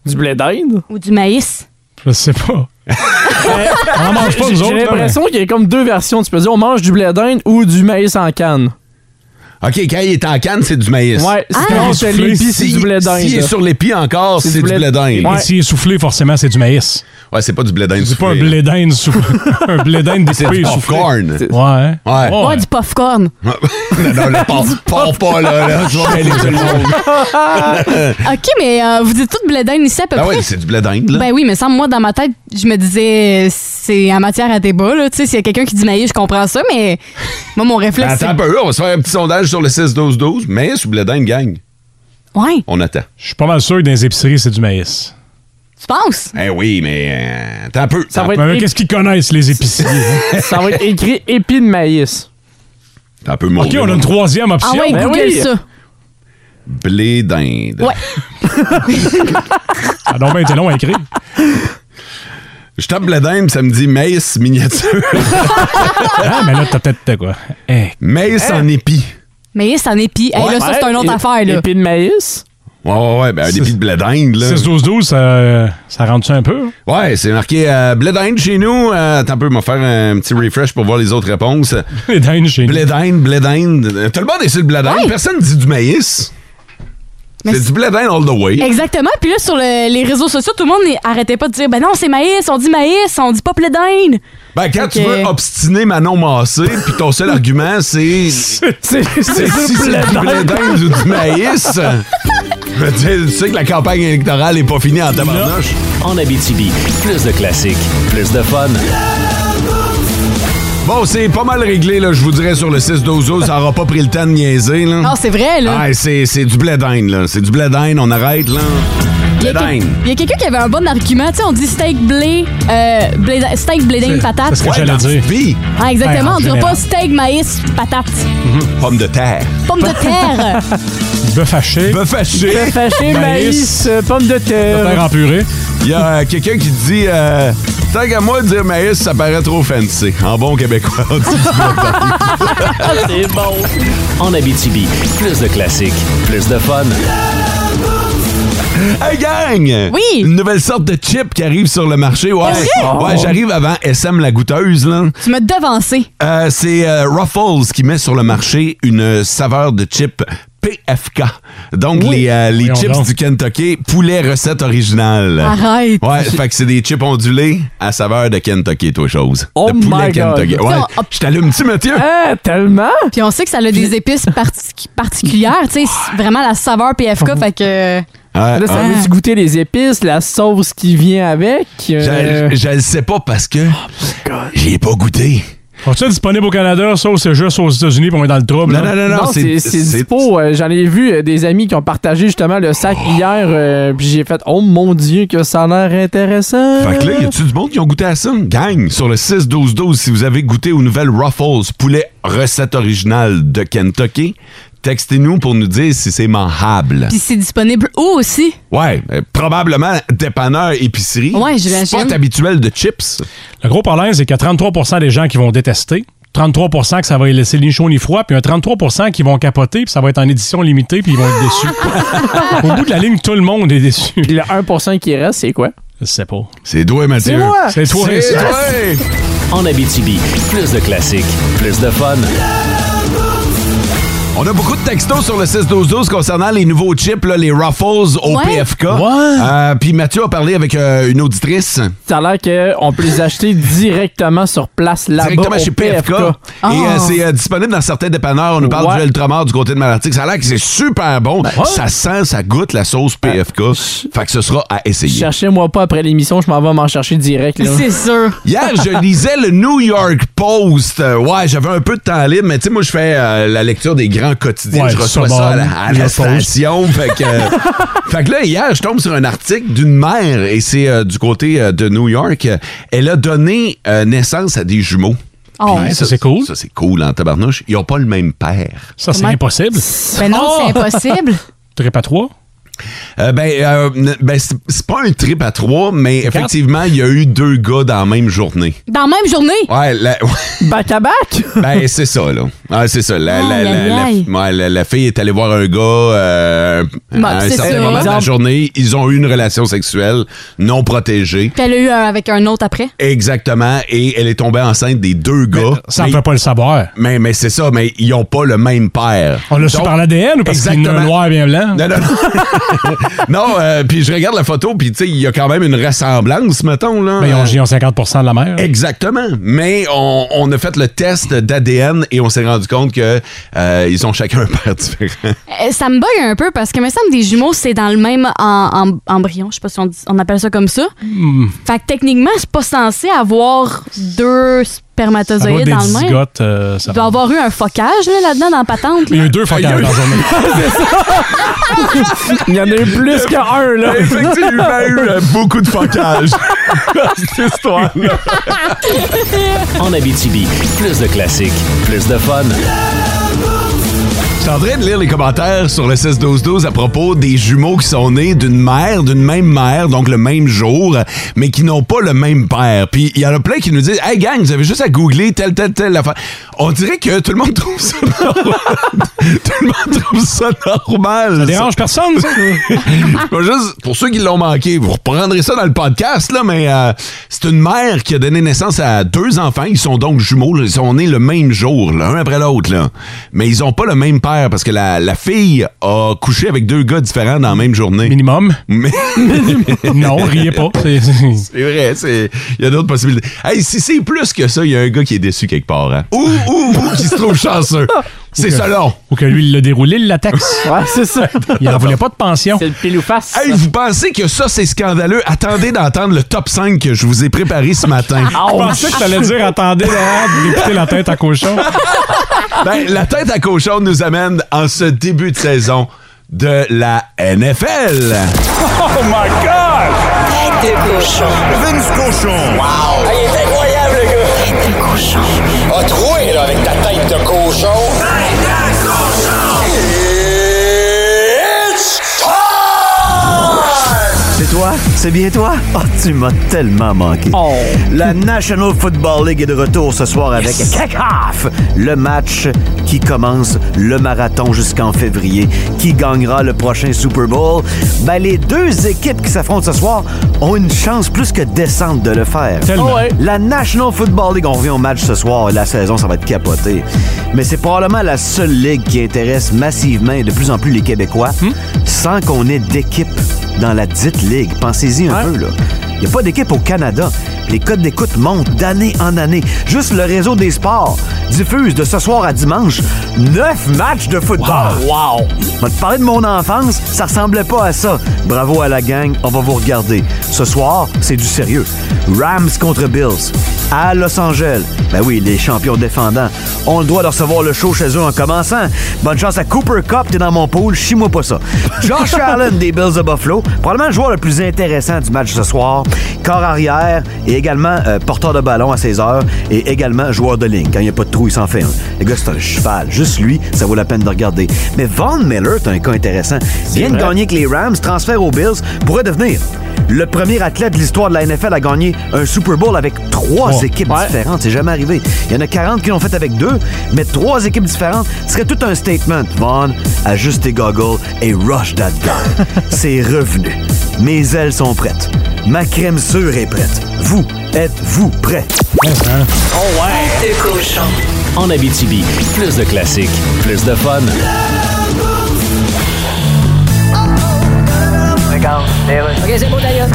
S6: Du blé d'Inde?
S5: Ou du maïs?
S4: Je sais pas. on en
S3: Ah,
S4: mange pas, nous
S6: J'ai
S4: autres. là, mais-
S6: l'impression qu'il y a comme deux versions. Tu peux dire on mange du blé d'Inde ou du maïs en canne.
S3: OK, quand il est en canne, c'est du maïs.
S6: Ouais, Ah! sinon, c'est l'épi, c'est
S3: Si-
S6: du blé d'Inde.
S3: S'il est sur l'épi encore, c'est du blé d'Inde.
S4: Et s'il est soufflé, forcément, c'est du maïs.
S3: Ouais, c'est pas du blé d'Inde.
S4: C'est pas un blé d'Inde soufflé. un blé d'Inde
S3: C'est
S4: découpé
S3: du
S4: et soufflé.
S3: popcorn.
S4: Ouais. hein?
S3: Ouais.
S4: Ouais.
S5: Ouais, du popcorn.
S3: non, non, là, pars, pars pas, là. là je vais mêler tout le monde.
S5: OK, mais euh, vous dites tout blé d'Inde ici à peu
S3: ben
S5: près?
S3: ouais, c'est du blé d'Inde, là.
S5: Ben oui, mais semble moi dans ma tête, je me disais euh, c'est en matière à débat là, tu sais s'il y a quelqu'un qui dit maïs, je comprends ça mais moi mon réflexe
S3: Attends
S5: c'est
S3: un peu, on va se faire un petit sondage sur le 6-12-12, mais sous blé d'Inde, gang.
S5: Ouais,
S3: On attend.
S4: Je suis pas mal sûr que dans les épiceries, c'est du maïs.
S5: tu penses
S3: Eh oui, mais euh, attends un peu.
S6: Ça va
S4: Mais
S6: être,
S4: mais
S6: é-
S4: qu'est-ce qu'ils connaissent, les épiciers? hein?
S6: ça va être écrit épi de maïs.
S3: Attends un peu, mon
S4: OK, on a une troisième
S5: Ah
S4: option.
S5: ouais,
S6: Ben
S5: Google
S6: oui.
S5: ça.
S3: Blé d'Inde.
S5: Ouais.
S4: Ah non, ben, t'es long à écrire.
S3: Je tape blé d'Inde, ça me dit maïs miniature.
S4: Ah, mais là, t'as peut-être de quoi. Eh,
S3: maïs en épi.
S5: Maïs en épi. Hey, là ça c'est une autre
S6: Ouais,
S5: affaire là.
S6: Épi de maïs.
S3: Ouais, ouais, ouais, ben un épi de blé d'Inde, là.
S4: 6-12-12, ça, euh, ça rentre-tu un peu?
S3: Ouais, c'est marqué euh, blé d'Inde chez nous. Euh, attends un peu, on va faire un petit refresh pour voir les autres réponses.
S4: Les dindes chez nous.
S3: Blé d'Inde, blé d'Inde. Euh, Tout le monde est sur le blé d'Inde.
S5: Ouais.
S3: Personne ne dit du maïs.
S5: Mais
S3: C'est
S5: c'est-
S3: du blé d'Inde all the way.
S5: Exactement. Puis là, sur le- les réseaux sociaux, tout le monde est- arrêtait pas de dire Ben non, c'est maïs, on dit maïs, on dit pas blé d'Inde.
S3: Ben, quand
S5: Ok.
S3: tu veux obstiner Manon Massé, puis ton seul argument, c'est si
S6: C'est
S3: c'est
S6: du
S3: du blé d'Inde ou du maïs. Je veux dire, tu sais que la campagne électorale est pas finie en tabarnouche.
S2: En Abitibi, plus de classiques, plus de fun.
S3: Bon, c'est pas mal réglé, là, je vous dirais, sur le 6-12-12. Ça aura pas pris le temps de niaiser, là.
S5: Non, c'est vrai, là.
S3: Ah, c'est c'est du blé d'Inde, là. C'est du blé d'Inde, on arrête, là.
S5: Il
S3: Blé
S5: y a quel-
S3: d'Inde.
S5: il y a quelqu'un qui avait un bon argument. Tu sais, on dit steak blé, euh, blé d'Inde- steak blé d'Inde, patate.
S4: c'est ce que j'allais
S3: dans
S4: dire.
S3: la vie,
S5: Ah, exactement.
S4: Ben, en
S5: on dira
S4: général.
S5: pas steak, maïs, patate.
S3: Pomme de terre.
S5: Pomme de terre.
S4: Bœuf haché.
S3: Bœuf haché.
S6: Fâché maïs, euh, pommes de
S4: Terre
S6: terre.
S4: en purée.
S3: Il y a euh, quelqu'un qui dit euh, Tant qu'à moi, dire maïs, ça paraît trop fancy. En bon québécois, on dit du blé d'Inde.
S2: C'est bon. En Abitibi, plus de classiques, plus de fun.
S3: Hey gang!
S5: Oui.
S3: Une nouvelle sorte de chip qui arrive sur le marché. Ouais,
S4: Ah.
S3: ouais j'arrive avant SM la goûteuse. là.
S5: tu m'as devancé.
S3: Euh, C'est euh, Ruffles qui met sur le marché une saveur de chip PFK. Donc, les, euh, les
S4: Voyons
S3: chips
S4: donc.
S3: du Kentucky, poulet recette originale.
S5: Arrête.
S3: Ouais, fait que c'est des chips ondulés à saveur de Kentucky, toi, chose.
S6: Oh
S3: de poulet
S6: my God.
S3: Kentucky. Ouais.
S5: Ça, hop.
S3: Je t'allume-tu, Mathieu?
S6: Ah, tellement!
S5: Puis on sait que ça a des épices parti- particulières. Tu sais, c'est vraiment la saveur PFK. fait que.
S3: Ouais, hein?
S6: Là, ça
S3: ouais.
S6: veut goûter les épices, la sauce qui vient avec. euh,
S3: Je, je le sais pas parce que
S6: Oh
S3: j'y ai pas goûté.
S4: On tu disponible au Canada, ça, ou c'est juste aux États-Unis, puis on est dans le trouble?
S3: Non,
S4: là?
S3: non, non, non.
S6: Non, c'est c'est dispo. Euh, J'en ai vu euh, des amis qui ont partagé justement le sac
S3: Oh.
S6: hier, euh, puis j'ai fait Oh mon Dieu, que ça a l'air intéressant!
S3: Fait que là, y a-tu du monde qui ont goûté à ça? Gang, sur le 6-12-12, si vous avez goûté aux nouvelles Ruffles poulet recette originale de Kentucky, textez-nous pour nous dire si c'est mangeable.
S5: Puis c'est disponible où aussi?
S3: Ouais, euh, probablement dépanneur épicerie.
S5: Ouais, j'imagine.
S3: Spot habituel de chips.
S4: Le gros problème, c'est qu'il y a 33 des gens qui vont détester. 33 que ça va les laisser ni chaud ni froid, puis un 33 qui vont capoter, puis ça va être en édition limitée, puis ils vont être déçus. Au bout de la ligne, tout le monde est déçu.
S6: Puis le 1% qui reste, c'est quoi?
S4: Je sais pas.
S3: C'est doué, Mathieu.
S6: moi!
S4: C'est toi,
S3: C'est
S4: ça.
S3: doué!
S2: En Abitibi, plus de classiques, plus de fun.
S3: On a beaucoup de textos sur le 6-12-12 concernant les nouveaux chips, là, les Ruffles au
S5: Ouais.
S3: PFK.
S4: Ouais.
S3: Euh, Puis Mathieu a parlé avec euh, une auditrice.
S6: Ça a l'air qu'on peut les acheter directement sur place là-bas.
S3: Directement
S6: au
S3: chez PFK. Et
S5: Ah.
S3: euh, c'est euh, disponible dans certains dépanneurs. On nous parle
S6: Ouais. Ben,
S3: du Ultramar du côté de Malartic. Ça a l'air que c'est super bon. Ça sent, ça goûte la sauce PFK. Fait que ce sera à essayer.
S6: Cherchez-moi pas après l'émission, je m'en vais m'en chercher direct. Là.
S5: C'est sûr.
S3: Hier, je lisais le New York Post. Euh, Ouais, j'avais un peu de temps libre, mais tu sais, moi, je fais euh, la lecture des grands quotidiens.
S4: Ouais,
S3: je reçois
S4: ça,
S3: ça à
S4: bon,
S3: la, à
S4: New
S3: la
S4: York Post.
S3: station. fait, que, euh, fait que là, hier, je tombe sur un article d'une mère, et c'est euh, du côté euh, de New York. Euh, Elle a donné euh, naissance à des jumeaux.
S5: Oh.
S3: Puis
S4: Ouais, ça, c'est cool.
S3: Ça, c'est cool en tabarnouche. Ils n'ont pas le même père.
S4: Ça, c'est
S5: Comment-
S4: impossible.
S5: Ben non, c'est impossible.
S4: T'aurais pas trois?
S3: Euh, ben, euh, n- ben, c'est c'est pas un trip à trois, mais effectivement, il y a eu deux gars dans la même journée.
S5: Dans la même journée?
S3: Ouais, la-
S6: Bac à bac?
S3: ben, c'est ça, là. Ah, c'est ça. La, la-
S5: Aïe,
S3: la-
S5: aïe,
S3: la-
S5: aïe.
S3: ouais, la- la fille est allée voir un gars euh,
S5: Bon,
S3: à un
S5: c'est
S3: certain
S5: ça.
S3: moment de la
S5: Exemple.
S3: journée. Ils ont eu une relation sexuelle non protégée.
S5: Puis elle a eu un avec un autre après.
S3: Exactement. Et elle est tombée enceinte des deux gars.
S4: Ça ne
S3: Oh. Mais-
S4: fait pas le savoir.
S3: mais, mais c'est ça, mais ils n'ont pas le même père.
S4: On l'a su
S3: Donc-
S4: par l'ADN ou parce qu'il y a
S3: Exactement.
S4: un noir bien blanc?
S3: Non, non, non. non euh, puis je regarde la photo, puis tu sais, il y a quand même une ressemblance, mettons, là.
S4: Mais Ben, ils ont- ils ont 50 de la mère.
S3: Exactement. Mais on, on a fait le test d'ADN et on s'est rendu compte que euh, ils ont chacun un père différent.
S5: Euh, Ça me bug un peu parce que, me semble, des jumeaux, c'est dans le même en, en- embryon. Je sais pas si on, dit- on appelle ça comme ça.
S4: Hmm.
S5: Fait que techniquement, c'est pas censé avoir deux
S4: Ça doit être
S5: spermatozoïdes
S4: des
S5: dans le même.
S4: zigotes, euh, ça.
S5: Il doit avoir eu un focage là, là-dedans dans la patente.
S4: Il y
S5: là.
S4: a eu deux fois
S3: Il y a eu-
S4: dans la journée.
S6: Il y en a eu plus qu'un, là.
S3: Eh, Effectivement, il y a eu euh, beaucoup de focage dans cette histoire-là.
S2: En Abitibi, plus de classiques, plus de fun.
S3: Je suis en train de lire les commentaires sur le 16-12-12 à propos des jumeaux qui sont nés d'une mère, d'une même mère, donc le même jour, mais qui n'ont pas le même père. Puis il y en a plein qui nous disent Hey gang, vous avez juste à googler telle, telle, telle affaire. On dirait que tout le monde trouve ça normal. tout le monde trouve ça normal.
S4: Ça dérange personne, ça?
S3: Je vais juste, pour ceux qui l'ont manqué, vous reprendrez ça dans le podcast, là, mais euh, c'est une mère qui a donné naissance à deux enfants. Ils sont donc jumeaux. là. Ils sont nés le même jour, l'un après l'autre. là. Mais ils n'ont pas le même père parce que la, la fille a couché avec deux gars différents dans la même journée.
S4: Minimum.
S3: Mais-
S4: Non, riez pas. C'est- c'est-
S3: C'est vrai, c'est- il y a d'autres possibilités. Hey, si c'est plus que ça, il y a un gars qui est déçu quelque part. hein. Ou, ou, ou qui se trouve chanceux. C'est selon.
S4: Ou que lui, il l'a déroulé, il la taxe.
S6: Ouais, c'est ça.
S4: Il n'en voulait pas de pension.
S6: C'est le pile ou face.
S3: Hey, vous pensez que ça, c'est scandaleux? Attendez d'entendre le top 5 que je vous ai préparé ce matin.
S4: Je pensais que t'allais dire, attendez, là, d'écouter la tête à cochon.
S3: Ben, la tête à cochon nous amène en ce début de saison de la NFL.
S9: Tête de cochon.
S11: Vince Cochon. Wow!
S9: il est incroyable, le gars. Tête de cochon.
S11: A troué, là, avec ta tête de cochon.
S9: Tête de cochon.
S11: It's time!
S12: C'est toi? C'est bien toi? Ah, tu m'as tellement manqué.
S6: Oh.
S12: La National Football League est de retour ce soir avec Kick-Off, le match qui commence le marathon jusqu'en février. Qui gagnera le prochain Super Bowl? Ben, les deux équipes qui s'affrontent ce soir ont une chance plus que décente de le faire.
S4: Tellement.
S6: Oh, ouais.
S12: La National Football League, on revient au match ce soir. La saison, ça va être capoté. Mais c'est probablement la seule ligue qui intéresse massivement et de plus en plus les Québécois sans qu'on ait d'équipe dans la dite ligue. Pensez-y un peu, là. Il n'y a pas d'équipe au Canada. Les codes d'écoute montent d'année en année. Juste le réseau des sports diffuse de ce soir à dimanche neuf matchs de football.
S6: Wow.
S12: Je vais te parler de mon enfance, ça ressemblait pas à ça. Bravo à la gang, on va vous regarder. Ce soir, c'est du sérieux. Rams contre Bills. À Los Angeles. Ben oui, les champions défendants. On doit leur recevoir le show chez eux en commençant. Bonne chance à Cooper Cup, t'es dans mon pool, chie-moi pas ça. Josh Allen des Bills de Buffalo, probablement le joueur le plus intéressant du match ce soir. Corps arrière et également euh, porteur de ballon à 16 heures et également joueur de ligne. Quand il n'y a pas de trou, il s'en fait un. Le gars, c'est un cheval. Juste lui, ça vaut la peine de regarder. Mais Von Miller, c'est un cas intéressant. Vient de gagner avec les Rams, transfert aux Bills, pourrait devenir le premier athlète de l'histoire de la NFL à gagner un Super Bowl avec trois
S4: Trois.
S12: équipes différentes. C'est jamais arrivé. Il y en a 40 qui l'ont fait avec deux, mais trois équipes différentes ce serait tout un statement. Vaughn, ajuste tes goggles et rush that guy. C'est revenu. Mes ailes sont prêtes. Ma crème sûre est prête. Vous, êtes-vous prêts?
S9: Tête de cochon.
S2: En Abitibi, plus de classiques, plus de fun.
S8: OK, c'est bon, d'ailleurs.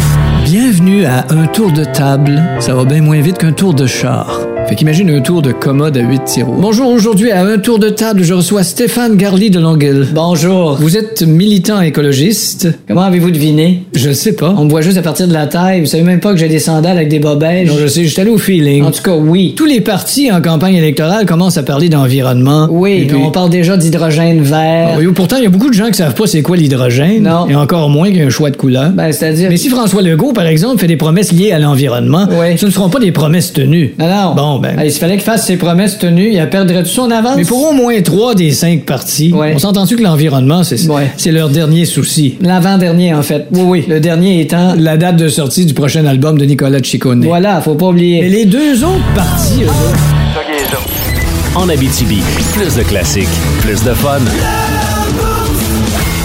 S7: Bienvenue à un tour de table. Ça va bien moins vite qu'un tour de char. Fait qu'imagine un tour de commode à 8 tiroirs. Bonjour, aujourd'hui à un tour de table, je reçois Stéphane Garly de Longueuil. Bonjour. Vous êtes militant écologiste. Comment avez-vous deviné?
S12: Je sais pas.
S7: On me voit juste à partir de la taille. Vous savez même pas que j'ai des sandales avec des bobettes. Non, je sais, j'étais allé au feeling. En tout cas, oui. Tous les partis en campagne électorale commencent à parler d'environnement. Oui,
S12: mais on
S7: parle déjà d'hydrogène vert. pourtant, il y a beaucoup de gens qui savent pas c'est quoi l'hydrogène. Non. Et encore moins qu'un choix de couleur. Ben, c'est-à-dire. Mais si François Legault, par exemple, fait des promesses liées à l'environnement, ce ne seront pas des promesses tenues. Non, Bon, non, ben. Hey, s'il fallait qu'il fasse ses promesses tenues, il perdrait tout son avance. Mais pour au moins trois des cinq parties, on s'entend-tu que l'environnement, c'est c'est leur dernier souci? L'avant-dernier, en fait. Oui, oui. Le dernier étant la date de sortie du prochain album de Nicolas Ciccone. Voilà, faut pas oublier. Mais les deux autres parties, eux autres,
S2: En Abitibi, plus de classiques, plus de fun.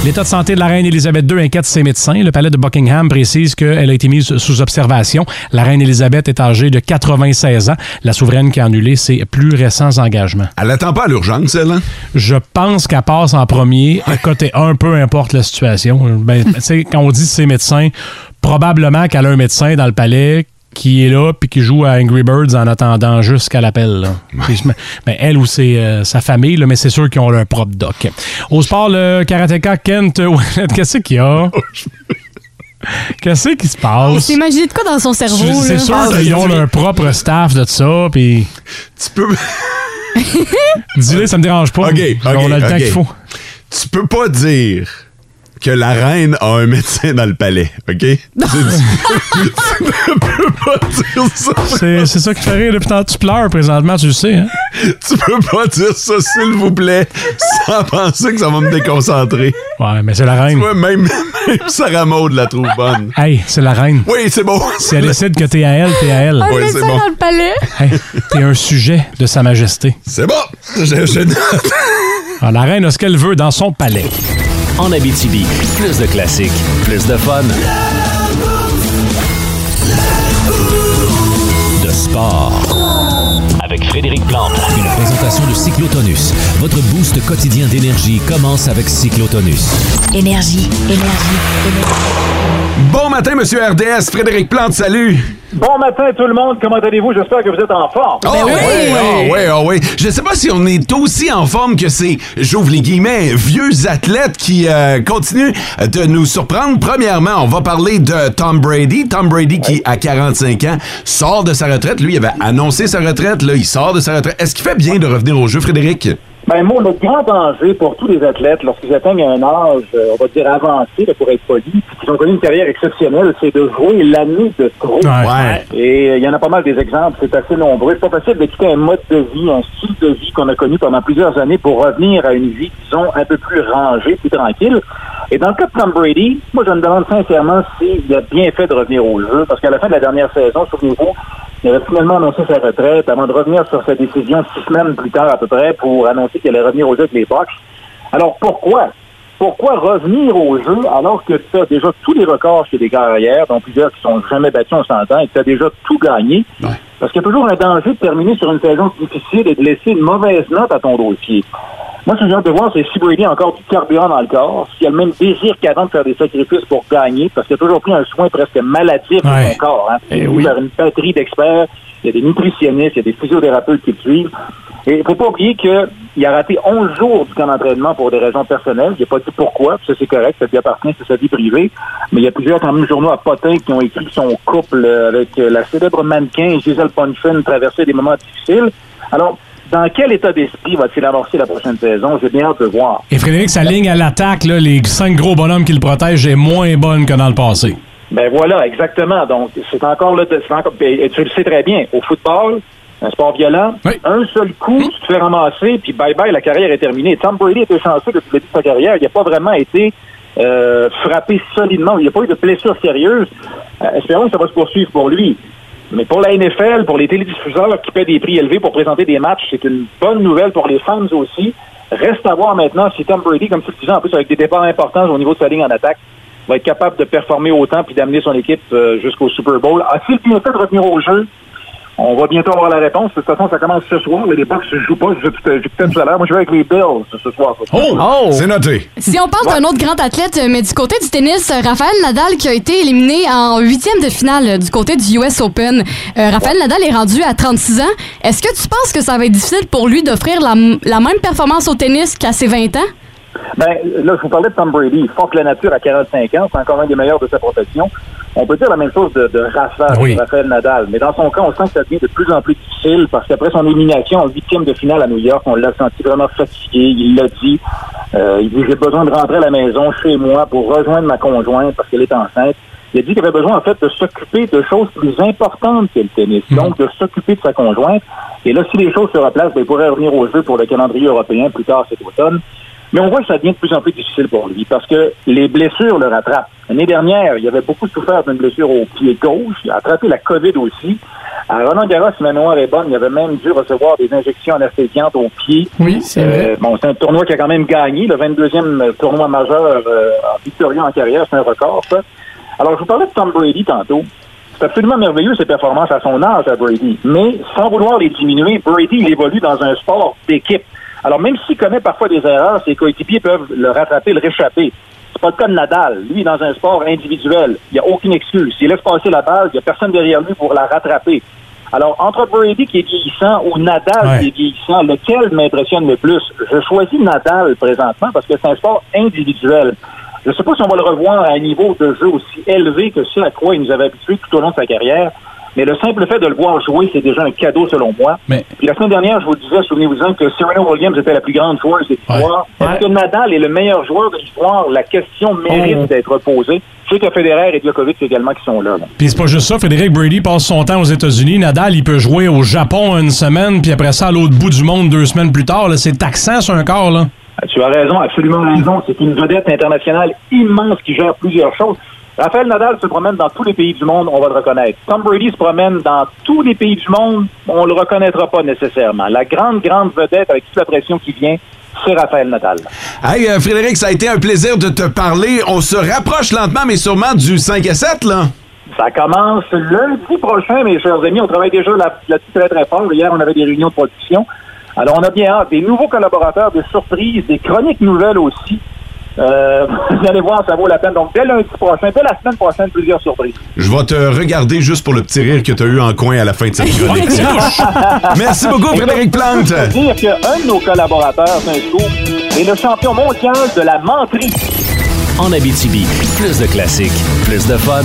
S4: L'état de santé de la reine Elisabeth II inquiète ses médecins. Le palais de Buckingham précise qu'elle a été mise sous observation. La reine Elisabeth est âgée de 96 ans. La souveraine qui a annulé ses plus récents engagements.
S3: Elle n'attend pas à l'urgence, elle, hein?
S4: Je pense qu'elle passe en premier, à côté un, peu importe la situation. Ben, tu sais, quand on dit ses médecins, probablement qu'elle a un médecin dans le palais qui est là puis qui joue à Angry Birds en attendant jusqu'à l'appel. là. Puis je me- ben, elle ou c'est euh, sa famille, là, mais c'est sûr qu'ils ont leur propre doc. Au sport, le karatéka Kent Ouellette, qu'est-ce qu'il y a?
S3: Oh,
S4: Qu'est-ce qui se
S5: Il
S4: passe?
S5: s'est imaginé de quoi dans son cerveau,
S4: Je-
S5: Oh, là? Ah,
S4: C'est
S3: Ah,
S4: sûr qu'ils ont leur propre staff de ça, puis...
S3: Tu peux...
S4: Dis-le, ça me dérange pas.
S3: OK, OK,
S4: On a le temps
S3: OK.
S4: qu'il faut.
S3: Tu peux pas dire que la reine a un médecin dans le palais, OK? Tu- tu-
S4: C'est c'est ça qui fait rire. Depuis tant tu pleures présentement, tu le sais. Hein?
S3: tu peux pas dire ça, s'il vous plaît, sans penser que ça va me déconcentrer.
S4: Ouais, mais c'est la reine.
S3: même, même Sarah Maud la trouve bonne.
S4: Hey, c'est la reine.
S3: Oui, c'est bon.
S4: Si elle décide que t'es à elle, t'es à elle.
S5: Ah, le médecin dans le palais.
S4: Hey, t'es un sujet de Sa Majesté.
S3: C'est bon! Je, je note.
S4: Ah, la reine a ce qu'elle veut dans son palais.
S2: En Abitibi, plus de classiques, plus de fun. De sport. Avec Frédéric Plante.
S13: Une présentation de Cyclotonus. Votre boost quotidien d'énergie commence avec Cyclotonus.
S9: Énergie, énergie,
S3: Bon matin, Monsieur RDS. Frédéric Plante, salut.
S14: Bon matin tout le monde, comment allez-vous? J'espère que vous êtes en forme.
S3: Oh, oui, oh, oui, oh, oui. Je sais pas si on est aussi en forme que ces, j'ouvre les guillemets, vieux athlètes qui euh, continuent de nous surprendre. Premièrement, on va parler de Tom Brady. Tom Brady qui, à 45 ans, sort de sa retraite. Lui, il avait annoncé sa retraite. Là, il sort de sa retraite. Est-ce qu'il fait bien de revenir au jeu, Frédéric?
S14: Ben, moi, le grand danger pour tous les athlètes, lorsqu'ils atteignent un âge, euh, on va dire avancé, là, pour être poli, puis qu'ils ont connu une carrière exceptionnelle, c'est de jouer l'année de trop.
S9: Ouais.
S14: Et euh, il y en a pas mal des exemples, c'est assez nombreux. C'est pas facile de quitter un mode de vie, un style de vie qu'on a connu pendant plusieurs années pour revenir à une vie, disons, un peu plus rangée, plus tranquille. Et dans le cas de Tom Brady, moi, je me demande sincèrement s'il a bien fait de revenir au jeu, parce qu'à la fin de la dernière saison, souvenez-vous, il avait finalement annoncé sa retraite avant de revenir sur sa décision six semaines plus tard à peu près pour annoncer qu'il allait revenir au jeu avec les Bucks. Alors pourquoi? Pourquoi revenir au jeu alors que tu as déjà tous les records chez les carrières, dont plusieurs qui sont jamais battus, on s'entend, et que tu as déjà tout gagné? Parce qu'il y a toujours un danger de terminer sur une saison difficile et de laisser une mauvaise note à ton dossier. Moi, ce que j'ai hâte de voir, c'est si Brady a encore du carburant dans le corps, s'il a le même désir qu'avant de faire des sacrifices pour gagner, parce qu'il a toujours pris un soin presque maladif de
S9: Ouais.
S14: son corps. Hein. Il est vu par une batterie d'experts, il y a des nutritionnistes, il y a des physiothérapeutes qui le suivent. Et il ne faut pas oublier qu'il a raté 11 jours du camp d'entraînement pour des raisons personnelles. Il n'a pas dit pourquoi, puis ça c'est correct, ça lui appartient, c'est sa vie privée. Mais il y a plusieurs quand même journaux à Potin qui ont écrit que son couple euh, avec euh, la célèbre mannequin Giselle Ponfin traversait des moments difficiles. Alors, dans quel état d'esprit va-t-il amorcer la prochaine saison? J'ai bien hâte de voir.
S4: Et Frédéric, sa ligne à l'attaque, là, les cinq gros bonhommes qui le protègent est moins bonne que dans le passé.
S14: Ben voilà, exactement. Donc, c'est encore là. c'est Encore, ben, et tu le sais très bien. Au football, un sport violent, un seul coup, tu te fais ramasser, puis bye bye, la carrière est terminée. Tom Brady était chanceux depuis le début de sa carrière. Il n'a pas vraiment été euh, frappé solidement. Il n'y a pas eu de blessure sérieuse. Euh, espérons que ça va se poursuivre pour lui. Mais pour la NFL, pour les télédiffuseurs qui paient des prix élevés pour présenter des matchs, c'est une bonne nouvelle pour les fans aussi. Reste à voir maintenant si Tom Brady, comme tu le disais, en plus avec des départs importants au niveau de sa ligne en attaque, va être capable de performer autant puis d'amener son équipe euh, jusqu'au Super Bowl. A-t-il bien fait de revenir au jeu? On va bientôt avoir la réponse. De toute façon, ça commence ce soir. Les Bucks ne jouent pas. Je joue tout à- je joue peut-être tout à l'heure. Moi, je vais avec les Bills ce soir.
S3: C'est noté.
S5: Si on parle d'un autre grand athlète, euh, mais du côté du tennis, euh, Rafael Nadal qui a été éliminé en huitième de finale euh, du côté du US Open. Euh, Rafael Nadal est rendu à 36 ans. Est-ce que tu penses que ça va être difficile pour lui d'offrir la, m- la même performance au tennis qu'à ses 20 ans?
S14: Ben, là, je vous parlais de Tom Brady. Fort que la nature à 45 ans, c'est encore un des meilleurs de sa profession. On peut dire la même chose de, de Rafa, de Rafael Nadal. Mais dans son cas, on sent que ça devient de plus en plus difficile parce qu'après son élimination en huitième de finale à New York, on l'a senti vraiment fatigué. Il l'a dit. Euh, il dit, j'ai besoin de rentrer à la maison chez moi pour rejoindre ma conjointe parce qu'elle est enceinte. il a dit qu'il avait besoin, en fait, de s'occuper de choses plus importantes que le tennis. Donc, de s'occuper de sa conjointe. Et là, si les choses se replacent, ben, il pourrait revenir au jeu pour le calendrier européen plus tard cet automne. Mais on voit que ça devient de plus en plus difficile pour lui parce que les blessures le rattrapent. L'année dernière, il avait beaucoup souffert d'une blessure au pied gauche. Il a attrapé la COVID aussi. À Roland Garros, si ma mémoire est bonne, il avait même dû recevoir des injections anesthésiantes au pied.
S6: Oui, c'est vrai.
S14: Euh, bon, c'est un tournoi qui a quand même gagné, le 22e tournoi majeur euh, victorieux en carrière, c'est un record, ça. Alors, je vous parlais de Tom Brady tantôt. C'est absolument merveilleux ses performances à son âge à Brady. Mais sans vouloir les diminuer, Brady il évolue dans un sport d'équipe. Alors même s'il commet parfois des erreurs, ses coéquipiers peuvent le rattraper, le réchapper. C'est pas le cas de Nadal. Lui, il est dans un sport individuel. Il n'y a aucune excuse. S'il laisse passer la balle, il n'y a personne derrière lui pour la rattraper. Alors, entre Brady qui est vieillissant ou Nadal qui est vieillissant, lequel m'impressionne le plus? Je choisis Nadal présentement parce que c'est un sport individuel. Je ne sais pas si on va le revoir à un niveau de jeu aussi élevé que ce à quoi il nous avait habitués tout au long de sa carrière. Mais le simple fait de le voir jouer, c'est déjà un cadeau selon moi.
S4: Mais-
S14: Puis la semaine dernière, je vous disais, souvenez-vous-en que Serena Williams était la plus grande joueuse de l'histoire. Est-ce que Nadal est le meilleur joueur de l'histoire? La question mérite
S4: Oh.
S14: d'être posée. Je sais que Federer et Djokovic également qui sont là. là.
S4: Puis c'est pas juste ça, Frédéric Brady passe son temps aux États-Unis, Nadal il peut jouer au Japon une semaine, puis après ça à l'autre bout du monde deux semaines plus tard, là, c'est taxant sur un corps là.
S14: Tu as raison, absolument raison. C'est une vedette internationale immense qui gère plusieurs choses. Raphaël Nadal se promène dans tous les pays du monde, on va le reconnaître. Tom Brady se promène dans tous les pays du monde, on le reconnaîtra pas nécessairement. La grande, grande vedette avec toute la pression qui vient, c'est Raphaël Nadal.
S3: Hey, euh, Frédéric, ça a été un plaisir de te parler. On se rapproche lentement, mais sûrement du 5 à 7, là.
S14: Ça commence lundi prochain, mes chers amis. On travaille déjà là- là-dessus très, très fort. Hier, on avait des réunions de production. Alors, on a bien hâte. Des nouveaux collaborateurs, des surprises, des chroniques nouvelles aussi. Euh, vous allez voir, ça vaut la peine. Donc, dès lundi prochain, dès la semaine prochaine, plusieurs surprises.
S3: Je vais te regarder juste pour le petit rire que tu as eu en coin à la fin de cette chronique. Merci beaucoup, Frédéric Plante.
S14: Je veux dire qu'un de nos collaborateurs, c'est un scoop, est le champion mondial de la menterie.
S2: En Abitibi, plus de classiques, plus de fun.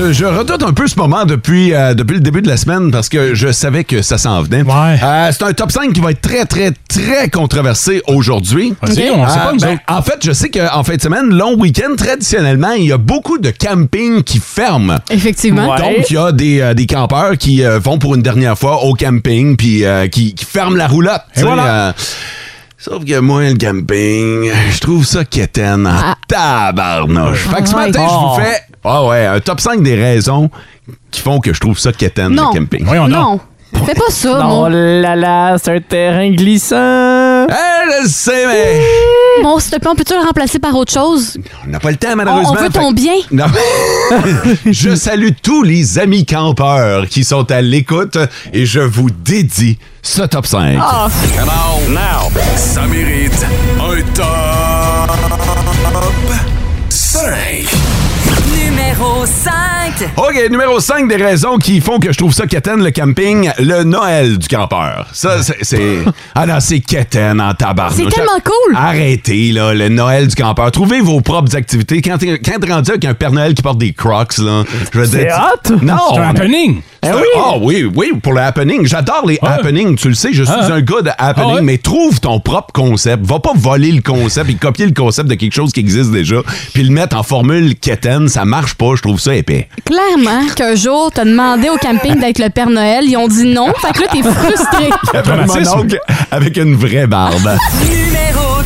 S3: Euh, Je redoute un peu ce moment depuis, euh, depuis le début de la semaine parce que je savais que ça s'en venait. Euh, c'est un top 5 qui va être très, très, très controversé aujourd'hui. Euh, ben,
S4: Vas-y, on le sait pas, nous autres.
S3: en fait, je sais qu'en fin de semaine, long week-end, traditionnellement, il y a beaucoup de campings qui ferment.
S5: Effectivement.
S3: Donc, il y a des, euh, des campeurs qui euh, vont pour une dernière fois au camping puis euh, qui, qui ferment la roulotte. tu sais,
S4: voilà.
S3: euh, Sauf que moi, le camping, je trouve ça quétaine en tabarnouche. Fait que ce
S5: Ah ouais.
S3: matin,
S5: Ah. Oh.
S3: je vous fais ah ouais, un top 5 des raisons qui font que je trouve ça quétaine,
S5: Non.
S3: le camping.
S5: non. Fais pas ça,
S6: Oh
S5: mon,
S6: là là, c'est un terrain glissant.
S3: Eh, je sais, mais...
S5: Bon, s'il te plaît, on peut-tu le remplacer par autre chose?
S3: On n'a pas le temps, malheureusement.
S5: On- on veut
S3: fait
S5: ton
S3: que-
S5: bien.
S3: Non. je salue tous les amis campeurs qui sont à l'écoute et je vous dédie ce top 5.
S5: Ah.
S15: Come on. Now. Ça mérite un top 5.
S16: Numéro 5.
S3: OK, numéro 5 des raisons qui font que je trouve ça quétaine, le camping, le Noël du campeur. Ça, c'est- c'est... Ah non, c'est quétaine en tabarnouche.
S5: C'est tellement cool.
S3: Arrêtez, là, le Noël du campeur. Trouvez vos propres activités. Quand t'es, quand t'es rendu avec un Père Noël qui porte des crocs, là, je veux dire...
S6: C'est
S3: tu-
S6: hot.
S3: Non!
S6: C'est un happening.
S3: C'est
S6: Eh
S3: un-
S6: oui.
S3: Ah oui, oui, pour le happening. J'adore les happenings, tu le sais, je suis
S6: Hein?
S4: Ah.
S3: un gars de happening,
S4: Ah ouais.
S3: mais trouve ton propre concept. Va pas voler le concept et copier le concept de quelque chose qui existe déjà, puis le mettre en formule quétaine, ça marche pas, je trouve ça épais.
S5: Clairement qu'un jour, t'as demandé au camping d'être le Père Noël, ils ont dit non, fait que là, t'es frustré.
S3: Il y avait un mononcle avec une vraie barbe.
S16: Numéro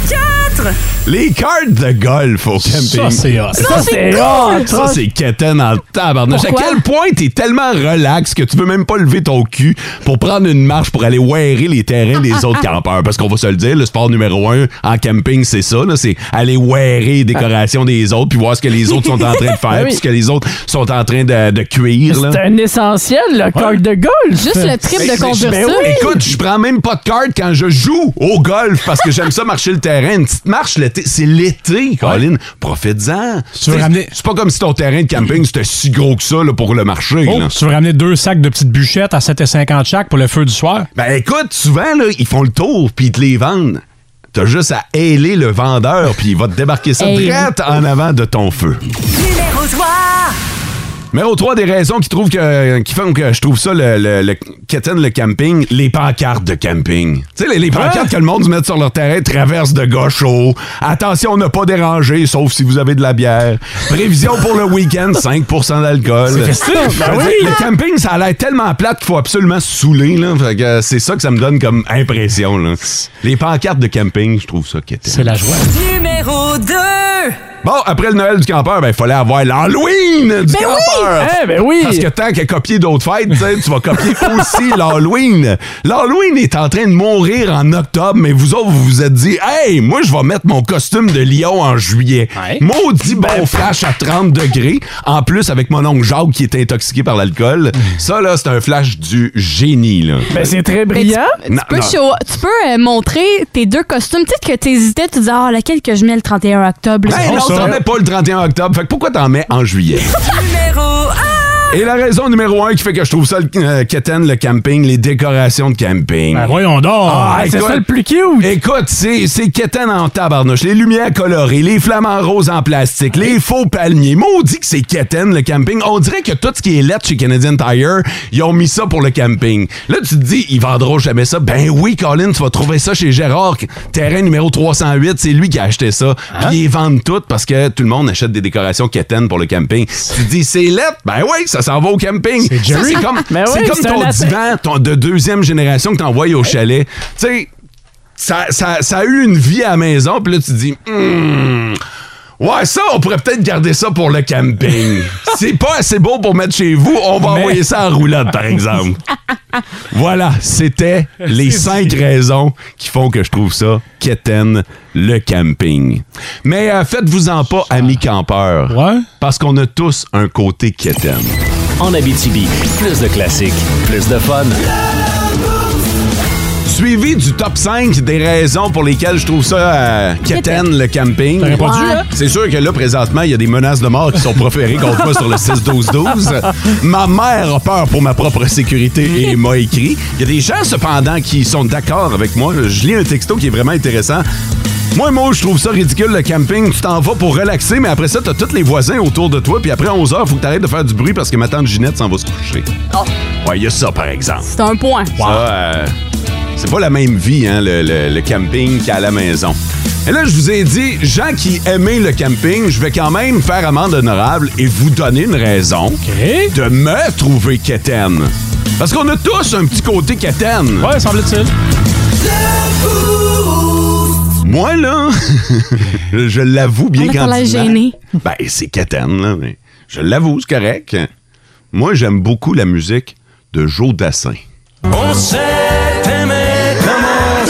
S16: 4.
S3: Les cartes de golf au camping.
S4: Ça, c'est hot.
S16: Ça, c'est cool.
S3: Ça, c'est quétaine en tabarnouche. À
S16: Pourquoi?
S3: quel point t'es tellement relax que tu peux même pas lever ton cul pour prendre une marche pour aller wearer les terrains des autres campeurs. Parce qu'on va se le dire, le sport numéro un en camping, c'est ça. là, C'est aller wearer les décorations des autres puis voir ce que les autres sont en train de faire
S6: Ah oui.
S3: puis ce que les autres sont en train de, de cuire. là.
S6: C'est un essentiel, le coq de golf.
S5: Juste le trip
S3: Mais-
S5: de
S3: mais-
S5: conduire
S3: mais
S5: ça.
S3: oui. Écoute, je prends même pas de carte quand je joue au golf parce que j'aime ça marcher le terrain. Une petite marche l'été, c'est l'été, Colin. Profites-en.
S4: Tu veux
S3: C'est-
S4: ramener-
S3: C'est pas comme si ton terrain de camping c'était si gros que ça là, pour le marché.
S4: Oh,
S3: là.
S4: tu veux ramener deux sacs de petites bûchettes à 7,50 chaque pour le feu du soir?
S3: Ben écoute, souvent là, ils font le tour puis ils te les vendent. T'as juste à héler le vendeur puis il va te débarquer ça
S16: Hey.
S3: direct en avant de ton feu.
S16: Numéro 3.
S3: Numéro 3 des raisons qui, trouvent que, qui font que je trouve ça le, le, le quétaine, le camping, les pancartes de camping. Tu sais, les, les pancartes que le monde se met sur leur terrain, traverse de gaucho. Attention, on n'a pas dérangé, sauf si vous avez de la bière. Prévision pour le week-end, 5 d'alcool.
S17: C'est festif, ben
S3: Je veux
S17: oui.
S3: dire, Le camping, ça a l'air tellement plate qu'il faut absolument se saouler. Là. Fait que, euh, c'est ça que ça me donne comme impression. là. Les pancartes de camping, je trouve ça quétaine. C'est
S4: la joie.
S16: Numéro 2.
S3: Bon, après le Noël du campeur, ben, il fallait avoir l'Halloween
S16: Ben
S3: du campeur.
S16: oui! Eh, ben oui!
S3: Parce que tant qu'à copier d'autres fêtes, tu sais, tu vas copier aussi l'Halloween. L'Halloween est en train de mourir en octobre, mais vous autres, vous vous êtes dit, hey, moi, je vais mettre mon costume de lion en juillet. Maudit bon flash à 30 degrés. En plus, avec mon oncle Jacques qui est intoxiqué par l'alcool. Ça, là, c'est un flash du génie, là.
S6: Ben, c'est très
S5: Mais tu-
S6: brillant.
S5: Tu, peux, show- tu peux, euh, montrer tes deux costumes. Tu sais que tu hésitais, tu disais, ah, lequel que je mets le 31 octobre? Oh, là?
S3: Ben non, t'en mets pas le 31 octobre. Fait que pourquoi t'en mets en juillet?
S16: Numéro 1.
S3: Et la raison numéro un qui fait que je trouve ça le euh, quétaine, le camping, les décorations de camping. Ben
S4: voyons donc!
S6: Hey, c'est ça le
S3: plus cute! Écoute, c'est c'est quétaine en tabarnouche. Les lumières colorées, les flamants roses en plastique, les faux palmiers. Maudit que c'est quétaine, le camping. On dirait que tout ce qui est lettre chez Canadian Tire, ils ont mis ça pour le camping. Là, tu te dis, ils vendront jamais ça. Ben oui, Colin, tu vas trouver ça chez Gérard. Terrain numéro 308, c'est lui qui a acheté ça.
S17: Hein?
S3: Puis ils vendent tout parce que tout le monde achète des décorations quétaines pour le camping. Tu te dis, c'est lettre? Ben oui, ça s'en va au camping.
S17: C'est
S3: Ça,
S17: Jerry.
S3: C'est comme,
S17: Ben
S3: c'est
S17: oui,
S3: comme
S17: c'est
S3: ton
S17: un aspect.
S3: divan ton- de deuxième génération que t'envoies au chalet. Tu sais, ça, ça- ça a eu une vie à la maison, puis là, tu dis, Hmm, ouais, ça, on pourrait peut-être garder ça pour le camping. c'est pas assez beau pour mettre chez vous, on va envoyer ça en roulade, par exemple. voilà, c'était les cinq raisons qui font que je trouve ça quétaine, le camping. Mais euh, faites-vous-en pas, amis campeurs. Parce qu'on a tous un côté quétaine.
S2: En Abitibi, plus de classiques, plus de fun.
S3: Suivi du top 5 des raisons pour lesquelles je trouve ça euh, quétaine, le camping.
S4: T'aurais pas dû, Ouais. hein?
S3: C'est sûr que là, présentement, il y a des menaces de mort qui sont proférées contre moi sur le 6-12-12. Ma mère a peur pour ma propre sécurité et m'a écrit. Il y a des gens, cependant, qui sont d'accord avec moi. Je lis un texto qui est vraiment intéressant. Moi, moi, je trouve ça ridicule, le camping. Tu t'en vas pour relaxer, mais après ça, t'as tous les voisins autour de toi, puis après 11 heures, faut que t'arrêtes de faire du bruit parce que ma tante Ginette s'en va se coucher. Ouais, il y a ça, par exemple.
S5: C'est un point.
S3: Ça, euh, c'est pas la même vie, hein, le, le- le camping qu'à la maison. Et là, je vous ai dit, gens qui aimaient le camping, je vais quand même faire amende honorable et vous donner une raison de me trouver quétaine. Parce qu'on a tous un petit côté quétaine.
S4: Ouais, semble-t-il.
S3: Moi, là, je l'avoue bien
S5: On a
S3: quand
S5: pas l'air gêné.
S3: Ben, c'est quétaine, là, mais je l'avoue, c'est correct. Moi, j'aime beaucoup la musique de Joe Dassin.
S17: On s'est aimé comme on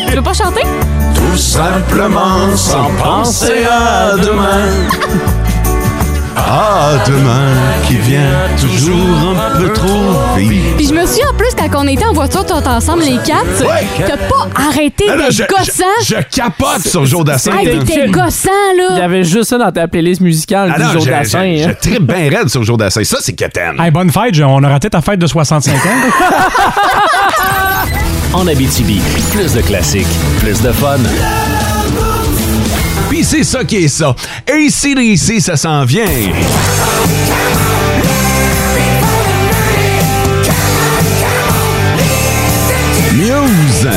S17: se
S5: Tu veux pas chanter?
S17: Tout simplement sans penser à demain.
S3: Ah, demain qui vient toujours un peu trop vite.
S5: Puis je me souviens en plus, quand on était en voiture tous ensemble, les quatre, t'as pas arrêté
S3: Ah Non, non, je-
S5: d'être gossant.
S3: je- je capote sur Joe Dassin,
S5: Hey,
S3: là.
S5: t'étais gossant,
S6: Il y
S5: là.
S6: avait juste ça dans ta playlist musicale
S3: Ah
S6: du
S3: non,
S6: jour
S3: je,
S6: d'assin.
S3: je, je trippe bien raide sur Joe Dassin. Ça, c'est quétaine.
S4: Hey, bonne fête, Jean. on a raté ta fête de 65 ans.
S2: En Abitibi, plus de classiques, plus de fun.
S3: Puis c'est ça qui est ça. ACDC, ça s'en vient. Muse.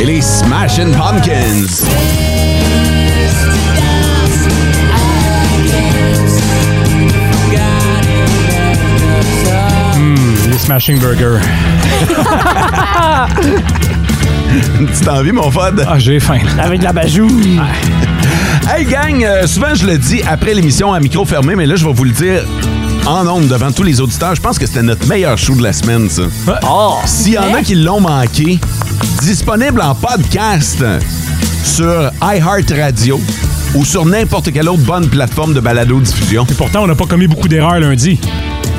S3: Et les Smashing Pumpkins.
S4: Hmm, les Smashing Burger.
S3: Une petite envie, mon fod.
S4: Ah, j'ai faim.
S6: Avec de la bajou.
S3: Hey gang, euh, souvent je le dis après l'émission à micro fermé, mais là je vais vous le dire en nombre devant tous les auditeurs. Je pense que c'était notre meilleur show de la semaine, ça.
S2: Ah,
S3: S'il y en a qui l'ont manqué, disponible en podcast sur iHeartRadio ou sur n'importe quelle autre bonne plateforme de balado-diffusion.
S4: Et pourtant, on n'a pas commis beaucoup d'erreurs lundi.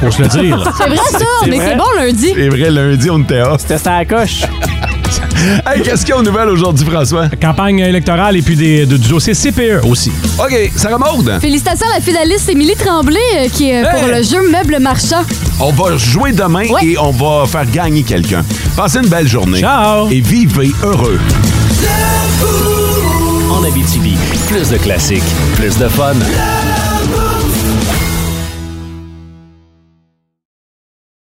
S4: Faut se le dire.
S5: C'est vrai ça, mais c'est bon lundi.
S3: C'est vrai, lundi, on était off.
S6: C'était ça à la coche.
S3: hey, qu'est-ce qu'il y a aux nouvelles aujourd'hui, François?
S4: Campagne électorale et puis des, de- du dossier E. CPE aussi.
S3: OK, Sarah Maude.
S5: Félicitations à la finaliste Émilie Tremblay, euh, qui est pour le jeu Meuble Marchand.
S3: On va jouer demain et on va faire gagner quelqu'un. Passez une belle journée. Ciao! Et vivez heureux. en Abitibi. Plus de classiques, plus de fun.